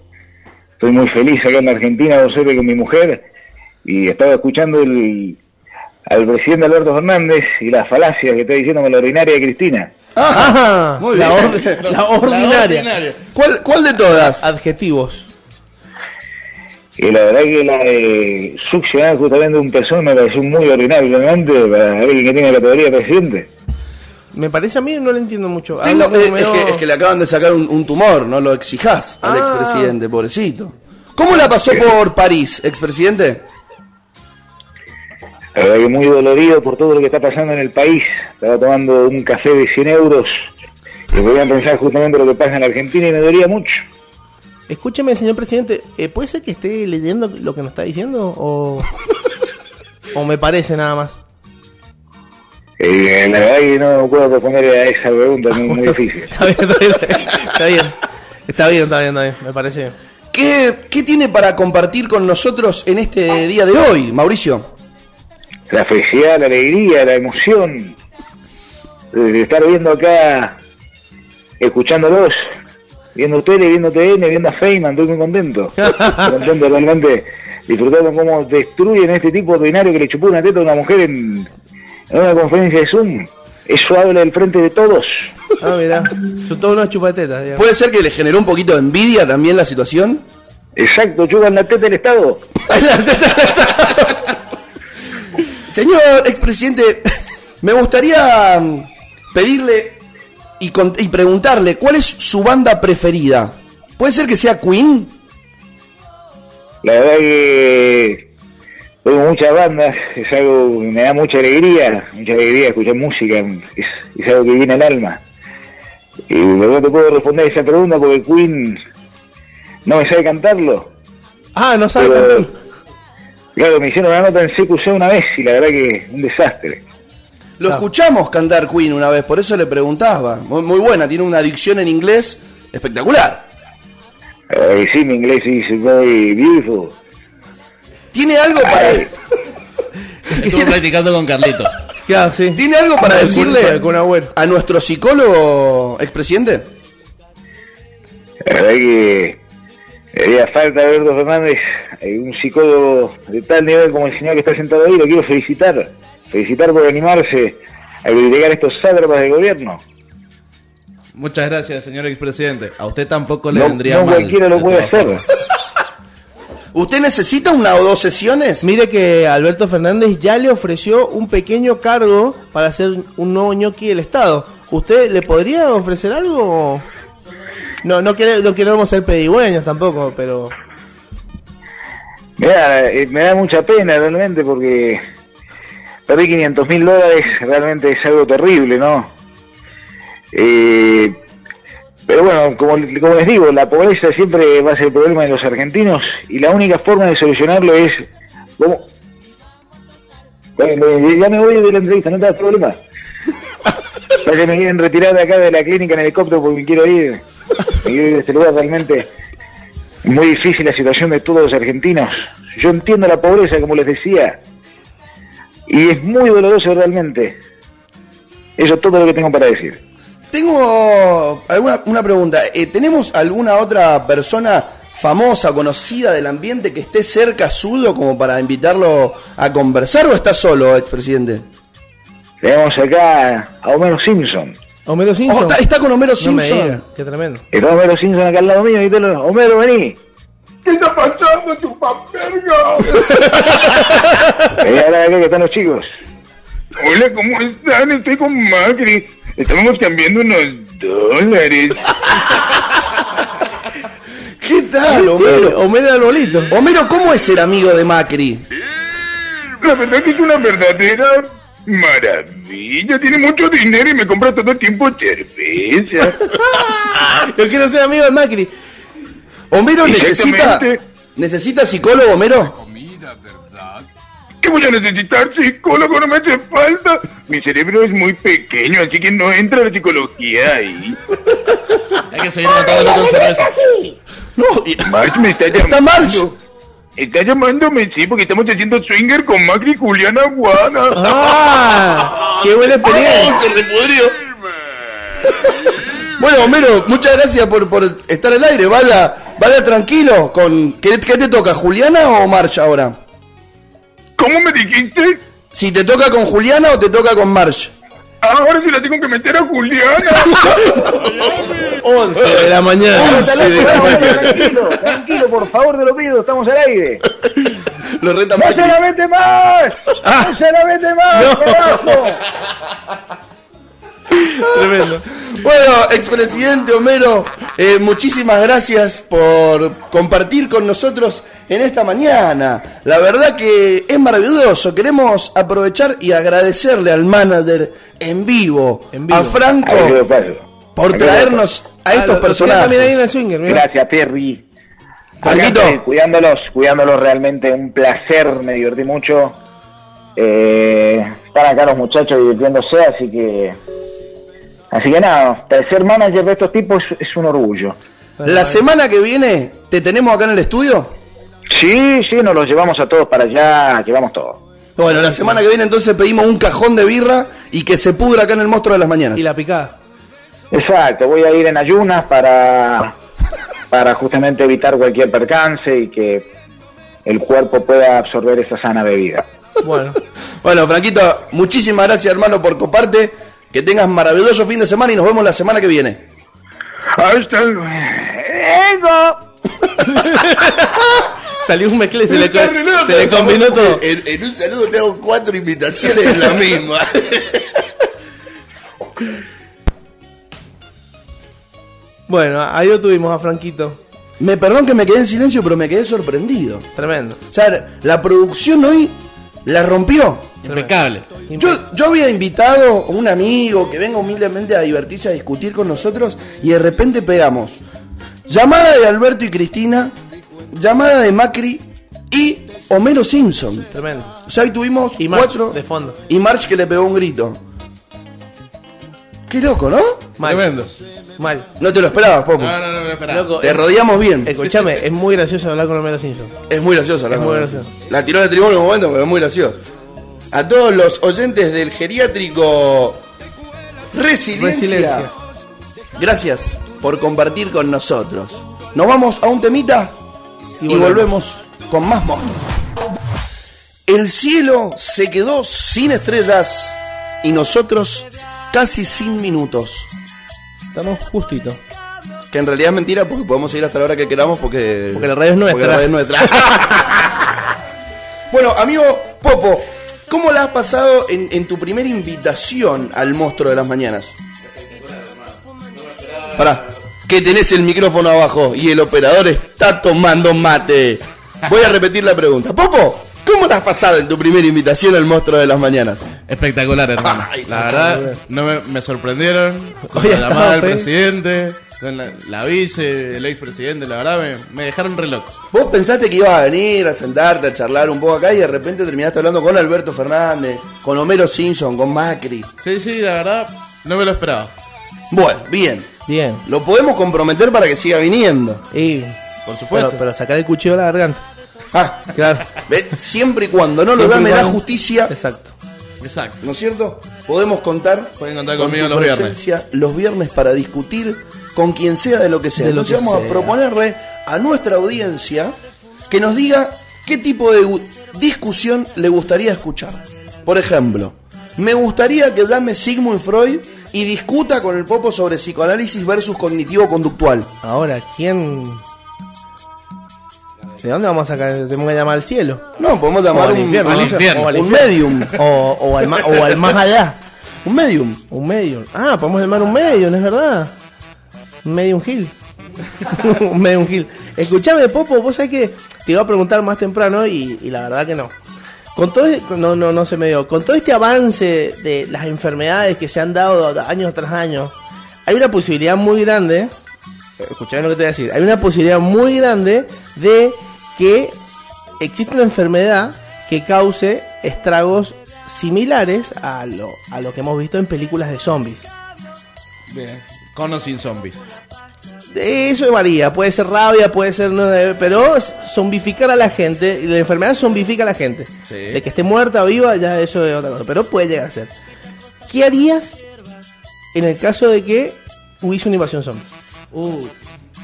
Speaker 9: Estoy muy feliz acá en Argentina, dos horas con mi mujer. Y estaba escuchando el, al presidente Alberto Fernández y las falacias que está diciendo con la ordinaria de Cristina.
Speaker 2: [LAUGHS] Ajá,
Speaker 1: Ah, muy
Speaker 2: la,
Speaker 1: bien.
Speaker 2: or-
Speaker 1: [LAUGHS]
Speaker 2: la
Speaker 3: La
Speaker 2: ordinaria.
Speaker 3: ordinaria.
Speaker 1: ¿Cuál, cuál de todas?
Speaker 2: Adjetivos.
Speaker 9: Y la verdad que la de succionar justamente un pezón me pareció muy ordinario, realmente, para alguien que tiene categoría de presidente.
Speaker 2: Me parece a mí, no lo entiendo mucho.
Speaker 1: Tengo-
Speaker 2: Algo
Speaker 1: eh,
Speaker 2: medio-
Speaker 1: es, que, es que le acaban de sacar un, un tumor, no lo exijas al
Speaker 2: Ah.
Speaker 1: expresidente, pobrecito. ¿Cómo la pasó por París, expresidente?
Speaker 9: La verdad que muy dolorido por todo lo que está pasando en el país. Estaba tomando un café de 100 euros y podían pensar justamente lo que pasa en la Argentina y me dolía mucho.
Speaker 2: Escúcheme, señor presidente, eh, ¿puede ser que esté leyendo lo que nos está diciendo?
Speaker 1: [LAUGHS]
Speaker 2: ¿O, o me parece nada más?
Speaker 9: Eh, la verdad que no puedo responder a esa pregunta, es muy difícil.
Speaker 2: Está bien, está bien, está bien. Está bien, está bien, está bien, me parece bien.
Speaker 1: ¿Qué, qué tiene para compartir con nosotros en este día de hoy, Mauricio?
Speaker 9: La felicidad, la alegría, la emoción de estar viendo acá, escuchándolos, viendo tele, viendo TN, viendo a Feynman, estoy muy contento. Estoy contento realmente disfrutando cómo destruyen a este tipo ordinario que le chupó una teta a una mujer en, en una conferencia de Zoom. Eso habla del frente de todos.
Speaker 2: Ah, mirá. Son todos unos chupatetas, digamos.
Speaker 1: ¿Puede ser que le generó un poquito de envidia también la situación?
Speaker 9: Exacto, chupan la teta del Estado.
Speaker 1: Señor expresidente, [LAUGHS] me gustaría mm, pedirle y, con- y preguntarle cuál es su banda preferida. ¿Puede ser que sea Queen?
Speaker 9: La verdad que tengo muchas bandas, es algo que me da mucha alegría, mucha alegría escuchar música, es, es algo que viene al alma. Y lo que no te puedo responder esa pregunta porque Queen no me sabe cantarlo.
Speaker 2: Ah, no sabe
Speaker 9: Pero-
Speaker 2: también.
Speaker 9: Claro, me hicieron una nota en CQC una vez y la verdad que un desastre.
Speaker 1: Lo escuchamos cantar Queen una vez, por eso le preguntaba. Muy, muy buena, tiene una dicción en inglés espectacular.
Speaker 9: La verdad que sí, mi inglés es muy beautiful.
Speaker 1: ¿Tiene algo para,
Speaker 3: Estuve practicando con Carlitos.
Speaker 2: Claro, sí.
Speaker 1: ¿tiene algo para
Speaker 2: Con- con
Speaker 1: decirle
Speaker 2: el Kun Agüero.
Speaker 1: a nuestro psicólogo expresidente?
Speaker 9: La verdad que me haría falta Alberto Fernández, eh, un psicólogo de tal nivel como el señor que está sentado ahí, lo quiero felicitar. Felicitar por animarse a criticar estos sátrapas del gobierno.
Speaker 3: Muchas gracias, señor expresidente. A usted tampoco le
Speaker 9: No,
Speaker 3: vendría
Speaker 9: no
Speaker 3: mal.
Speaker 9: cualquiera lo
Speaker 3: de
Speaker 9: puede
Speaker 3: todas
Speaker 9: hacer.
Speaker 3: formas.
Speaker 1: ¿Usted necesita una o dos sesiones?
Speaker 2: Mire que Alberto Fernández ya le ofreció un pequeño cargo para ser un nuevo ñoqui del Estado. ¿Usted le podría ofrecer algo? No, no, quere- no queremos ser pedigüeños tampoco, pero...
Speaker 9: Mirá, eh, me da mucha pena realmente porque perdí 500 mil dólares, realmente es algo terrible, ¿no? Eh, pero bueno, como, como les digo, la pobreza siempre va a ser el problema de los argentinos y la única forma de solucionarlo es... ¿cómo? Bueno, ya me voy de la entrevista, no te das problema. Ya que me quieren retirar de acá de la clínica en helicóptero porque me quiero ir. Me quiero ir de este lugar realmente. Muy difícil la situación de todos los argentinos. Yo entiendo la pobreza, como les decía. Y es muy doloroso realmente. Eso es todo lo que tengo para decir.
Speaker 1: Tengo alguna una pregunta. Eh, ¿Tenemos alguna otra persona famosa, conocida del ambiente que esté cerca suyo como para invitarlo a conversar o está solo, expresidente?
Speaker 9: Tenemos acá a Homero Simpson.
Speaker 2: Homero
Speaker 1: Oh,
Speaker 2: Simpson.
Speaker 1: está, está con Homero
Speaker 2: No me
Speaker 1: Simpson.
Speaker 2: diga, qué tremendo.
Speaker 9: Está Homero Simpson acá al lado mío. Y te lo- Homero, vení.
Speaker 10: ¿Qué está pasando, tu
Speaker 9: [LAUGHS]
Speaker 10: papelga?
Speaker 9: Vení a hablar Eh, acá que están los chicos.
Speaker 10: Hola, ¿cómo están? Estoy con Macri. Estábamos cambiando unos dólares.
Speaker 1: ¿Qué tal,
Speaker 2: Eh,
Speaker 1: Homero?
Speaker 2: Homero el bolito.
Speaker 1: Homero, ¿cómo es ser amigo de Macri?
Speaker 10: La verdad que es una verdadera maravilla. Tiene mucho dinero y me compra todo el tiempo cerveza.
Speaker 2: Yo quiero ser amigo de Macri.
Speaker 1: ¿Homero necesita,
Speaker 10: Exactamente.
Speaker 1: necesita psicólogo, Homero?
Speaker 10: ¿Qué voy a necesitar psicólogo? No me hace falta. Mi cerebro es muy pequeño, así que no entra la psicología ahí.
Speaker 3: Hay que seguir matándolo con cerveza.
Speaker 1: No, y-
Speaker 10: March me está llamando.
Speaker 1: está March.
Speaker 10: Está llamándome, sí, porque estamos haciendo swinger con Macri y Juliana Guana.
Speaker 2: ¡Ah! ¡Qué buena experiencia!
Speaker 1: Oh, Se repudrió. Bueno, Homero, muchas gracias por, por estar al aire. Vaya, vaya tranquilo. Con, ¿qué, qué te toca, Juliana o March ahora?
Speaker 10: ¿Cómo me dijiste?
Speaker 1: Si te toca con Juliana o te toca con March.
Speaker 10: Ah, Ahora sí la tengo que meter a Juliana.
Speaker 2: 11 de la mañana.
Speaker 1: Once de la mañana.
Speaker 9: Tranquilo, tranquilo, por favor, te lo pido. Estamos al aire.
Speaker 1: Lo reta
Speaker 9: ¡No se
Speaker 1: Macri.
Speaker 9: la vende más! ¡No se la vende más! carajo!
Speaker 2: Tremendo.
Speaker 1: Bueno, expresidente Homero, eh, muchísimas gracias por compartir con nosotros en esta mañana. La verdad que es maravilloso. Queremos aprovechar y agradecerle al manager en vivo,
Speaker 2: En vivo.
Speaker 1: a Franco,
Speaker 9: Ahí lo paso.
Speaker 1: por
Speaker 9: Ahí lo paso.
Speaker 1: traernos a
Speaker 2: Ah, lo-
Speaker 1: estos
Speaker 2: lo tenía También ahí en el
Speaker 1: personajes.
Speaker 2: swinger, mira.
Speaker 9: Gracias, Perry. Acá
Speaker 1: Franquito.
Speaker 9: estoy, Cuidándolos, cuidándolos realmente, un placer, me divertí mucho. Eh, están acá los muchachos divirtiéndose, así que... Así que nada, ser manager de estos tipos es, es un orgullo.
Speaker 1: La semana que viene, ¿te tenemos acá en el estudio?
Speaker 9: Sí, sí, nos los llevamos a todos para allá, llevamos todo.
Speaker 1: Bueno, la semana que viene entonces pedimos un cajón de birra y que se pudra acá en el monstruo de las mañanas.
Speaker 2: Y la picada.
Speaker 9: Exacto, voy a ir en ayunas para, para justamente evitar cualquier percance y que el cuerpo pueda absorber esa sana bebida.
Speaker 2: Bueno.
Speaker 1: bueno, Franquito, muchísimas gracias, hermano, por coparte. Que tengas maravilloso fin de semana y nos vemos la semana que viene.
Speaker 10: Hasta
Speaker 6: ¡Eso!
Speaker 2: Salió un mezcle, se le, co-
Speaker 1: Está re loco,
Speaker 2: se le combinó
Speaker 1: estamos-
Speaker 2: todo.
Speaker 1: En, en un saludo tengo cuatro invitaciones en
Speaker 2: [LAUGHS]
Speaker 1: la misma.
Speaker 2: Bueno, ahí lo tuvimos a Franquito.
Speaker 1: me perdón que me quedé en silencio, pero me quedé sorprendido.
Speaker 2: Tremendo.
Speaker 1: O sea, la producción hoy la rompió.
Speaker 3: Impecable.
Speaker 1: Yo, yo había invitado a un amigo que venga humildemente a divertirse, a discutir con nosotros, y de repente pegamos llamada de Alberto y Cristina, llamada de Macri y Homero Simpson.
Speaker 2: Tremendo.
Speaker 1: O sea, ahí tuvimos
Speaker 2: Y March,
Speaker 1: cuatro.
Speaker 2: de fondo.
Speaker 1: Y March que le pegó un grito. Qué loco, ¿no?
Speaker 2: Mal.
Speaker 3: Tremendo.
Speaker 2: Mal.
Speaker 1: No te lo esperabas, Popo.
Speaker 3: No, no, no, no, esperá.
Speaker 2: Loco,
Speaker 1: Te
Speaker 2: es-
Speaker 1: rodeamos bien.
Speaker 2: Escuchame, es muy gracioso hablar con Homero Simpson.
Speaker 1: Es muy graciosa la
Speaker 2: Es muy
Speaker 1: novela.
Speaker 2: graciosa.
Speaker 1: La tiró la tribuna en un momento, pero es muy graciosa. A todos los oyentes del geriátrico Resiliencia.
Speaker 2: Resiliencia.
Speaker 1: Gracias por compartir con nosotros. Nos vamos a un temita y, volvemos. con más monstruos. El cielo se quedó sin estrellas y nosotros casi sin minutos.
Speaker 2: Estamos justito.
Speaker 1: Que en realidad es mentira porque podemos ir hasta la hora que queramos porque...
Speaker 2: Porque la radio es nuestra.
Speaker 1: Porque la radio es nuestra. [LAUGHS] bueno, amigo Popo, ¿cómo la has pasado en, en tu primera invitación al monstruo de las mañanas? Pará, que tenés el micrófono abajo y el operador está tomando mate. Voy a repetir la pregunta. Popo, ¿cómo la has pasado en tu primera invitación al monstruo de las mañanas?
Speaker 3: Espectacular, hermano. la verdad, no me, me sorprendieron. Con
Speaker 2: Hoy
Speaker 3: la llamada del
Speaker 2: estaba, ¿eh?
Speaker 3: presidente, con la, la vice, el expresidente, la verdad, me, me dejaron reloj.
Speaker 1: Vos pensaste que ibas a venir a sentarte, a charlar un poco acá y de repente terminaste hablando con Alberto Fernández, con Homero Simpson, con Macri.
Speaker 3: Sí, sí, la verdad, no me lo esperaba.
Speaker 1: Bueno, bien.
Speaker 2: Bien.
Speaker 1: Lo podemos comprometer para que siga viniendo.
Speaker 2: Y,
Speaker 3: Por supuesto.
Speaker 2: pero, pero sacar el cuchillo de la garganta.
Speaker 1: Ah,
Speaker 2: Claro.
Speaker 1: ve, siempre y cuando no lo
Speaker 2: Siempre
Speaker 1: dame la
Speaker 2: igual.
Speaker 1: justicia,
Speaker 2: Exacto.
Speaker 3: Exacto.
Speaker 1: ¿no es cierto? Podemos contar
Speaker 3: Pueden contar
Speaker 1: con
Speaker 3: conmigo
Speaker 1: tu
Speaker 3: los viernes.
Speaker 1: presencia los viernes para discutir con quien sea de lo que sea.
Speaker 2: De lo
Speaker 1: Entonces
Speaker 2: que
Speaker 1: vamos a
Speaker 2: sea.
Speaker 1: proponerle a nuestra audiencia que nos diga qué tipo de gu- discusión le gustaría escuchar. Por ejemplo, me gustaría que llame Sigmund Freud y discuta con el Popo sobre psicoanálisis versus cognitivo-conductual.
Speaker 2: Ahora, ¿quién. ¿De dónde vamos a sacar? Tenemos que llamar al cielo.
Speaker 1: No, podemos llamar
Speaker 2: O
Speaker 1: un,
Speaker 2: al infierno,
Speaker 1: un-
Speaker 2: ¿no?
Speaker 3: al infierno.
Speaker 2: O al
Speaker 1: un
Speaker 2: infierno.
Speaker 1: medium.
Speaker 2: O, o al ma- o al más allá.
Speaker 1: Un medium.
Speaker 2: Un medium. Ah, podemos llamar un medium, es verdad. Un medium hill. [LAUGHS] un medium hill. Escuchame, Popo, vos sabés que te iba a preguntar más temprano y, y la verdad que no. Con todo, e- no, no, no se me dio. Con todo este avance de las enfermedades que se han dado de año tras año, hay una posibilidad muy grande, escuchame lo que te voy a decir, hay una posibilidad muy grande de que existe una enfermedad que cause estragos similares a lo, a lo que hemos visto en películas de zombies.
Speaker 3: Con o sin zombies.
Speaker 2: Eso varía, puede ser rabia, puede ser... no, eh, pero zombificar a la gente, la enfermedad zombifica a la gente.
Speaker 3: Sí.
Speaker 2: De que esté muerta o viva, ya eso es otra cosa, pero puede llegar a ser. ¿Qué harías en el caso de que hubiese una invasión zombie?
Speaker 3: Uh,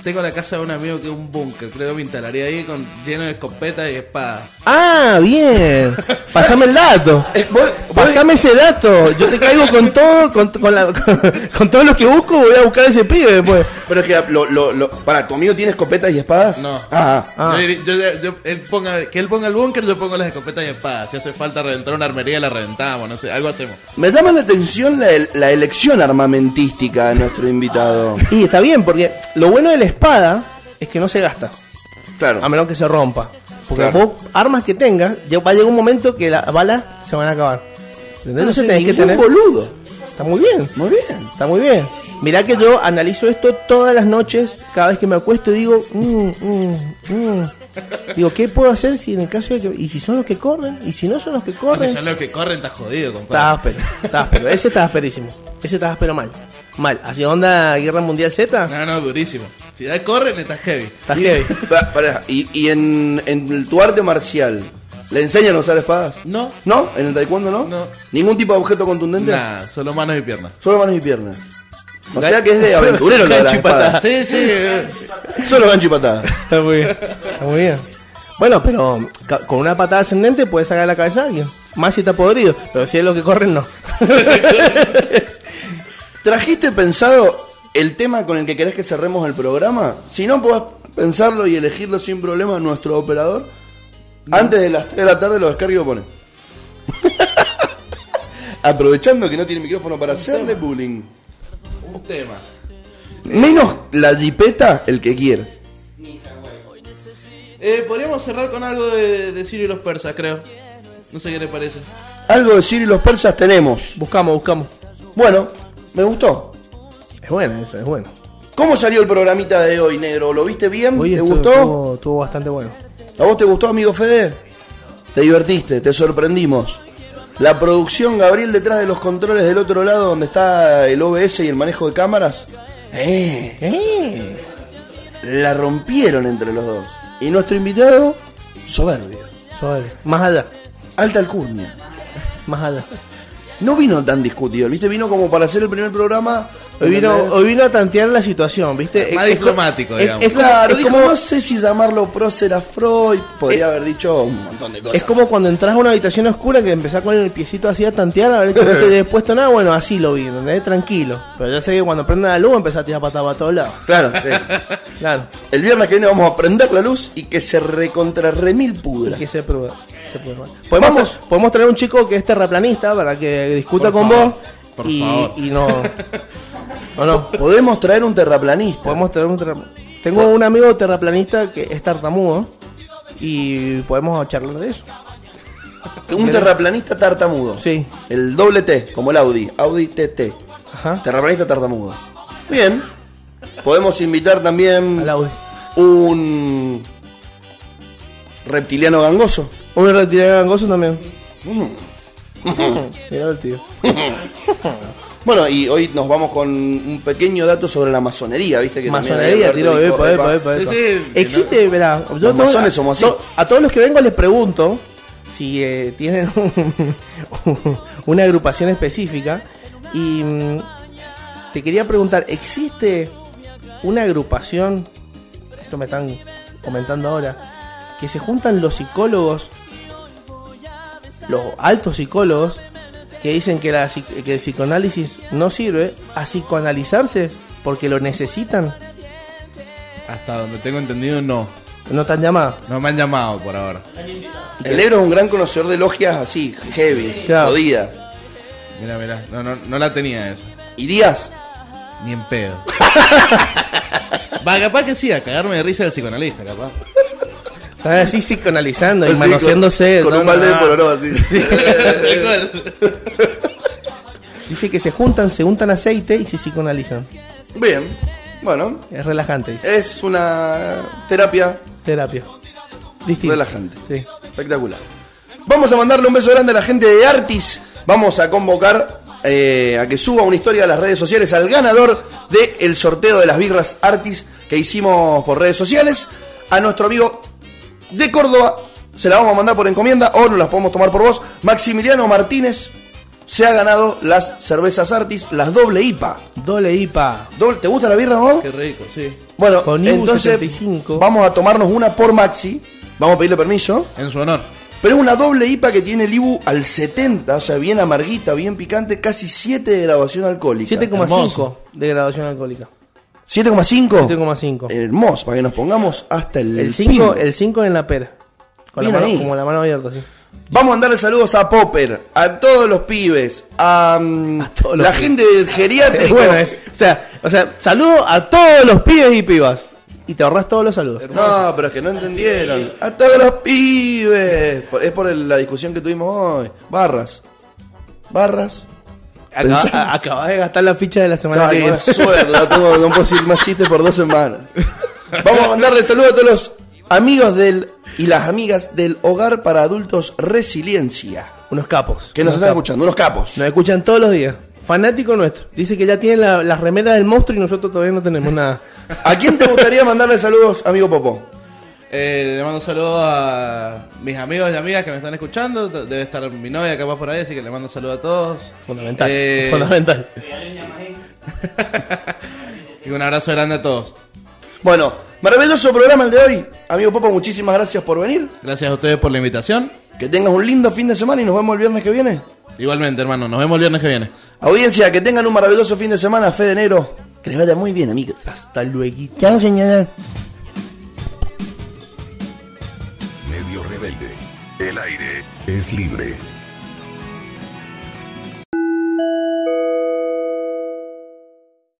Speaker 3: tengo la casa de un amigo que es un búnker. Creo que me instalaría ahí con, lleno de escopetas y espadas.
Speaker 2: Ah, bien. Pasame el dato. Pasame ese dato. Yo te caigo con todo, con, con, la- con, con todo lo que busco, voy a buscar a ese pibe después.
Speaker 1: Pero es que lo, lo, lo- para, ¿tu amigo tiene escopetas y espadas?
Speaker 3: No.
Speaker 1: Ah, ah.
Speaker 2: Ah.
Speaker 3: Yo dir- yo- yo- yo- él ponga, que él ponga el búnker, yo pongo las escopetas y espadas. Si hace falta reventar una armería, la reventamos, no sé, algo hacemos.
Speaker 1: Me llama la atención la, el- la elección armamentística de nuestro invitado.
Speaker 2: Y está bien, porque lo bueno de la espada es que no se gasta,
Speaker 1: Claro.
Speaker 2: a menos que se rompa. Porque
Speaker 1: Claro.
Speaker 2: vos, armas que tengas, ya va a llegar un momento que las balas se van a acabar. ¿Entendés? Entonces tenés que
Speaker 1: ningún
Speaker 2: tener.
Speaker 1: boludo.
Speaker 2: Está muy bien,
Speaker 1: Muy bien.
Speaker 2: está muy bien. Mirá que yo analizo esto todas las noches, cada vez que me acuesto y digo, mm, mm, mm. digo, ¿qué puedo hacer si en el caso de que... Y si son los que corren, y si no son los que
Speaker 3: O sea,
Speaker 2: corren...
Speaker 3: ya los que corren está jodido,
Speaker 2: Estaba
Speaker 3: compadre.
Speaker 2: áspero, estaba áspero. Ese estaba asperísimo. Ese estaba áspero mal. Mal. ¿Así onda Guerra Mundial Z?
Speaker 3: No, no, durísimo. Si ya corren, está heavy.
Speaker 2: Está heavy.
Speaker 1: Pa- pará, y, y en, en el- tu arte marcial, ¿le enseñan a usar espadas?
Speaker 3: No.
Speaker 1: ¿No? ¿En el taekwondo no?
Speaker 3: No.
Speaker 1: ¿Ningún tipo de objeto contundente?
Speaker 3: Nada, solo manos y piernas.
Speaker 1: Solo manos y piernas. O sea que es
Speaker 2: [LAUGHS]
Speaker 1: de aventurero lo de las
Speaker 2: Gancho y patada.
Speaker 1: espadas.
Speaker 3: Sí, sí. eh,
Speaker 1: Solo gancho y patada.
Speaker 2: Está muy bien. Está muy bien. Bueno, pero ca- con una patada ascendente puedes sacar la cabeza a alguien. Más si está podrido, pero si es lo que corren, no.
Speaker 1: ¿Trajiste pensado el tema con el que querés que cerremos el programa? Si no podés pensarlo y elegirlo sin problema, nuestro operador, antes de las 3 de la tarde lo descarga y lo pone.
Speaker 3: [LAUGHS]
Speaker 1: Aprovechando que no tiene micrófono para hacerle bullying.
Speaker 3: Un tema.
Speaker 1: Menos la jipeta, el que quieras.
Speaker 3: Eh, podríamos cerrar con algo de, de Sirio y los persas, creo. No sé qué le parece.
Speaker 1: Algo de Sirio y los persas tenemos.
Speaker 2: Buscamos, buscamos.
Speaker 1: Bueno, me gustó.
Speaker 2: Es buena esa, es buena.
Speaker 1: ¿Cómo salió el programita de hoy, negro? ¿Lo viste bien?
Speaker 2: Oye,
Speaker 1: ¿Te
Speaker 2: estuvo-
Speaker 1: gustó?
Speaker 2: Estuvo, estuvo bastante bueno.
Speaker 1: ¿A vos te gustó, amigo Fede? Te divertiste, te sorprendimos. La producción Gabriel detrás de los controles del otro lado donde está el OBS y el manejo de cámaras. Eh, La rompieron entre los dos. Y nuestro invitado, soberbio.
Speaker 2: Suave. Más allá,
Speaker 1: Alta alcurnia.
Speaker 2: más allá.
Speaker 1: No vino tan discutido, ¿viste? Vino como para hacer el primer programa.
Speaker 2: Hoy vino,
Speaker 1: ¿entendés?
Speaker 2: hoy vino a tantear la situación, ¿viste?
Speaker 3: Más
Speaker 2: co-
Speaker 3: diplomático,
Speaker 2: es-
Speaker 3: digamos.
Speaker 2: es como-
Speaker 1: Claro,
Speaker 2: es
Speaker 1: dijo,
Speaker 2: como-
Speaker 1: no sé si llamarlo prócer a Freud. Podría haber dicho un montón de cosas.
Speaker 2: Es como cuando entras a una habitación oscura que empezás con el piecito así a tantear, a
Speaker 3: [LAUGHS]
Speaker 2: ver que no te hayas puesto nada. Bueno, así lo vi, ¿entendés? Tranquilo. Pero ya sé que cuando prenda la luz empezás a tirar patada para todos lados.
Speaker 1: Claro, [LAUGHS] sí.
Speaker 2: Claro.
Speaker 1: El viernes que viene vamos a prender la luz y que se recontra remil
Speaker 2: Y
Speaker 1: pudra.
Speaker 2: que se prueba. se prueba. Podemos, tra- podemos traer un chico que es terraplanista para que discuta
Speaker 3: Por
Speaker 2: con
Speaker 3: favor,
Speaker 2: vos.
Speaker 3: por
Speaker 2: y,
Speaker 3: favor.
Speaker 2: y no.
Speaker 3: [LAUGHS]
Speaker 2: No, no.
Speaker 1: Podemos traer un terraplanista.
Speaker 2: Podemos traer un terra- Tengo un amigo terraplanista que es tartamudo. Y podemos charlar de eso.
Speaker 1: Un terraplanista tartamudo.
Speaker 2: Sí.
Speaker 1: El doble T, como el Audi. Audi TT.
Speaker 2: Ajá.
Speaker 1: Terraplanista tartamudo. Bien. Podemos invitar
Speaker 2: Al
Speaker 1: también
Speaker 2: audio.
Speaker 1: un reptiliano gangoso.
Speaker 2: Un retirado gangoso también.
Speaker 3: Mm.
Speaker 2: [LAUGHS] Mirá el tío.
Speaker 1: Bueno, y hoy nos vamos con un pequeño dato sobre la masonería, ¿viste? Que también
Speaker 2: Masonería,
Speaker 1: Alberto
Speaker 2: tiro,
Speaker 1: dijo,
Speaker 2: epa, epa,
Speaker 1: "Epa".
Speaker 2: epa,
Speaker 3: Sí,
Speaker 2: epa.
Speaker 3: sí,
Speaker 2: Existe, verá, yo
Speaker 1: Los
Speaker 2: todo-
Speaker 1: masones somos así.
Speaker 2: to- A todos los que vengo les pregunto si eh, tienen [LAUGHS] un- una agrupación específica y mm, te quería preguntar, ¿existe una agrupación, esto me están comentando ahora, que se juntan los psicólogos, los altos psicólogos, que dicen que, la psi- que el psicoanálisis no sirve a psicoanalizarse porque lo necesitan?
Speaker 3: Hasta donde tengo entendido, no.
Speaker 2: No están llamadas.
Speaker 3: No me han llamado por ahora.
Speaker 1: El Ebro es un gran conocedor de logias así, heavy,
Speaker 2: Claro.
Speaker 1: jodidas.
Speaker 3: Mira, mira. No, no, no la tenía esa.
Speaker 1: ¿Irías?
Speaker 3: Ni en pedo. Va, capaz que sí, a cagarme de risa del psicoanalista, capaz.
Speaker 2: Están así psicoanalizando y
Speaker 1: Así,
Speaker 2: manoseándose.
Speaker 1: Pues Con, con
Speaker 2: Pues ¿no?
Speaker 1: un balde de
Speaker 2: No.
Speaker 1: poloró, así.
Speaker 2: Dice que se juntan, se untan aceite y se psicoanalizan.
Speaker 1: [LAUGHS] Bien, bueno,
Speaker 2: Es relajante, dice.
Speaker 1: es una terapia
Speaker 2: Terapia. Distinto.
Speaker 1: Relajante.
Speaker 2: Sí.
Speaker 1: espectacular. Vamos a mandarle un beso grande a la gente de Artis. Vamos a convocar eh, a que suba una historia a las redes sociales al ganador del sorteo de las birras Artis que hicimos por redes sociales. A nuestro amigo de Córdoba. Se la vamos a mandar por encomienda o nos las podemos tomar por vos. Maximiliano Martínez se ha ganado las cervezas Artis, las doble IPA.
Speaker 2: Doble IPA.
Speaker 1: Doble- ¿Te gusta la birra, vos?
Speaker 3: Qué rico, sí.
Speaker 1: Bueno,
Speaker 2: Con IBU
Speaker 1: entonces
Speaker 2: 75.
Speaker 1: vamos a tomarnos una por Maxi. Vamos a pedirle permiso.
Speaker 3: En su honor.
Speaker 1: Pero es una doble IPA que tiene el IBU al 70, o sea, bien amarguita, bien picante, casi 7 de graduación alcohólica.
Speaker 2: 7,5 de graduación alcohólica.
Speaker 1: 7,5.
Speaker 2: 7,5.
Speaker 1: Hermoso, para que nos pongamos hasta el,
Speaker 2: El 5,
Speaker 1: pin.
Speaker 2: el 5 en la pera. Con la
Speaker 1: Bien
Speaker 2: mano,
Speaker 1: ahí.
Speaker 2: como la mano
Speaker 1: [LAUGHS]
Speaker 2: abierta, sí.
Speaker 1: Vamos a mandarle saludos a Popper, a todos los pibes, a, mm,
Speaker 2: A todos los
Speaker 1: la
Speaker 2: pibes.
Speaker 1: gente del
Speaker 2: Es
Speaker 1: geriátrico.
Speaker 2: [LAUGHS] bueno, es. O sea, o sea, saludo a todos los pibes y pibas. Y te ahorras todos los saludos.
Speaker 1: No, pero es que no entendieron. A todos los pibes. Por- Es por el- la discusión que tuvimos hoy. Barras. Barras.
Speaker 2: Acaba-
Speaker 1: Pensás.
Speaker 2: a- Acabas de gastar la ficha de la semana que
Speaker 1: Ay,
Speaker 2: viene.
Speaker 1: buena suerte, no, tengo- no puedo decir más chistes por dos semanas. Vamos a mandarle saludos a todos los amigos del y las amigas del Hogar para Adultos Resiliencia,
Speaker 2: Unos capos.
Speaker 1: que nos
Speaker 2: Unos
Speaker 1: están
Speaker 2: capos.
Speaker 1: escuchando, unos capos.
Speaker 2: Nos escuchan todos los días. Fanático nuestro. Dice que ya tienen la- las remeras del monstruo y nosotros todavía no tenemos nada.
Speaker 1: ¿A quién te gustaría mandarle saludos, amigo Popo?
Speaker 3: Eh, le mando un saludo a mis amigos y amigas que me están escuchando. D- Debe estar mi novia capaz por ahí, así que le mando un saludo a todos.
Speaker 2: Fundamental.
Speaker 3: Eh,
Speaker 2: Fundamental.
Speaker 3: Y un abrazo grande a todos.
Speaker 1: Bueno, maravilloso programa el de hoy. Amigo Popo, muchísimas gracias por venir.
Speaker 3: Gracias a ustedes por la invitación.
Speaker 1: Que tengas un lindo fin de semana y nos vemos el viernes que viene.
Speaker 3: Igualmente, hermano, nos vemos el viernes que viene.
Speaker 1: Audiencia, que tengan un maravilloso fin de semana, fe de enero. Que les vaya muy bien, amigos.
Speaker 2: Hasta luego.
Speaker 1: Chao, señora.
Speaker 10: Medio rebelde. El aire es libre.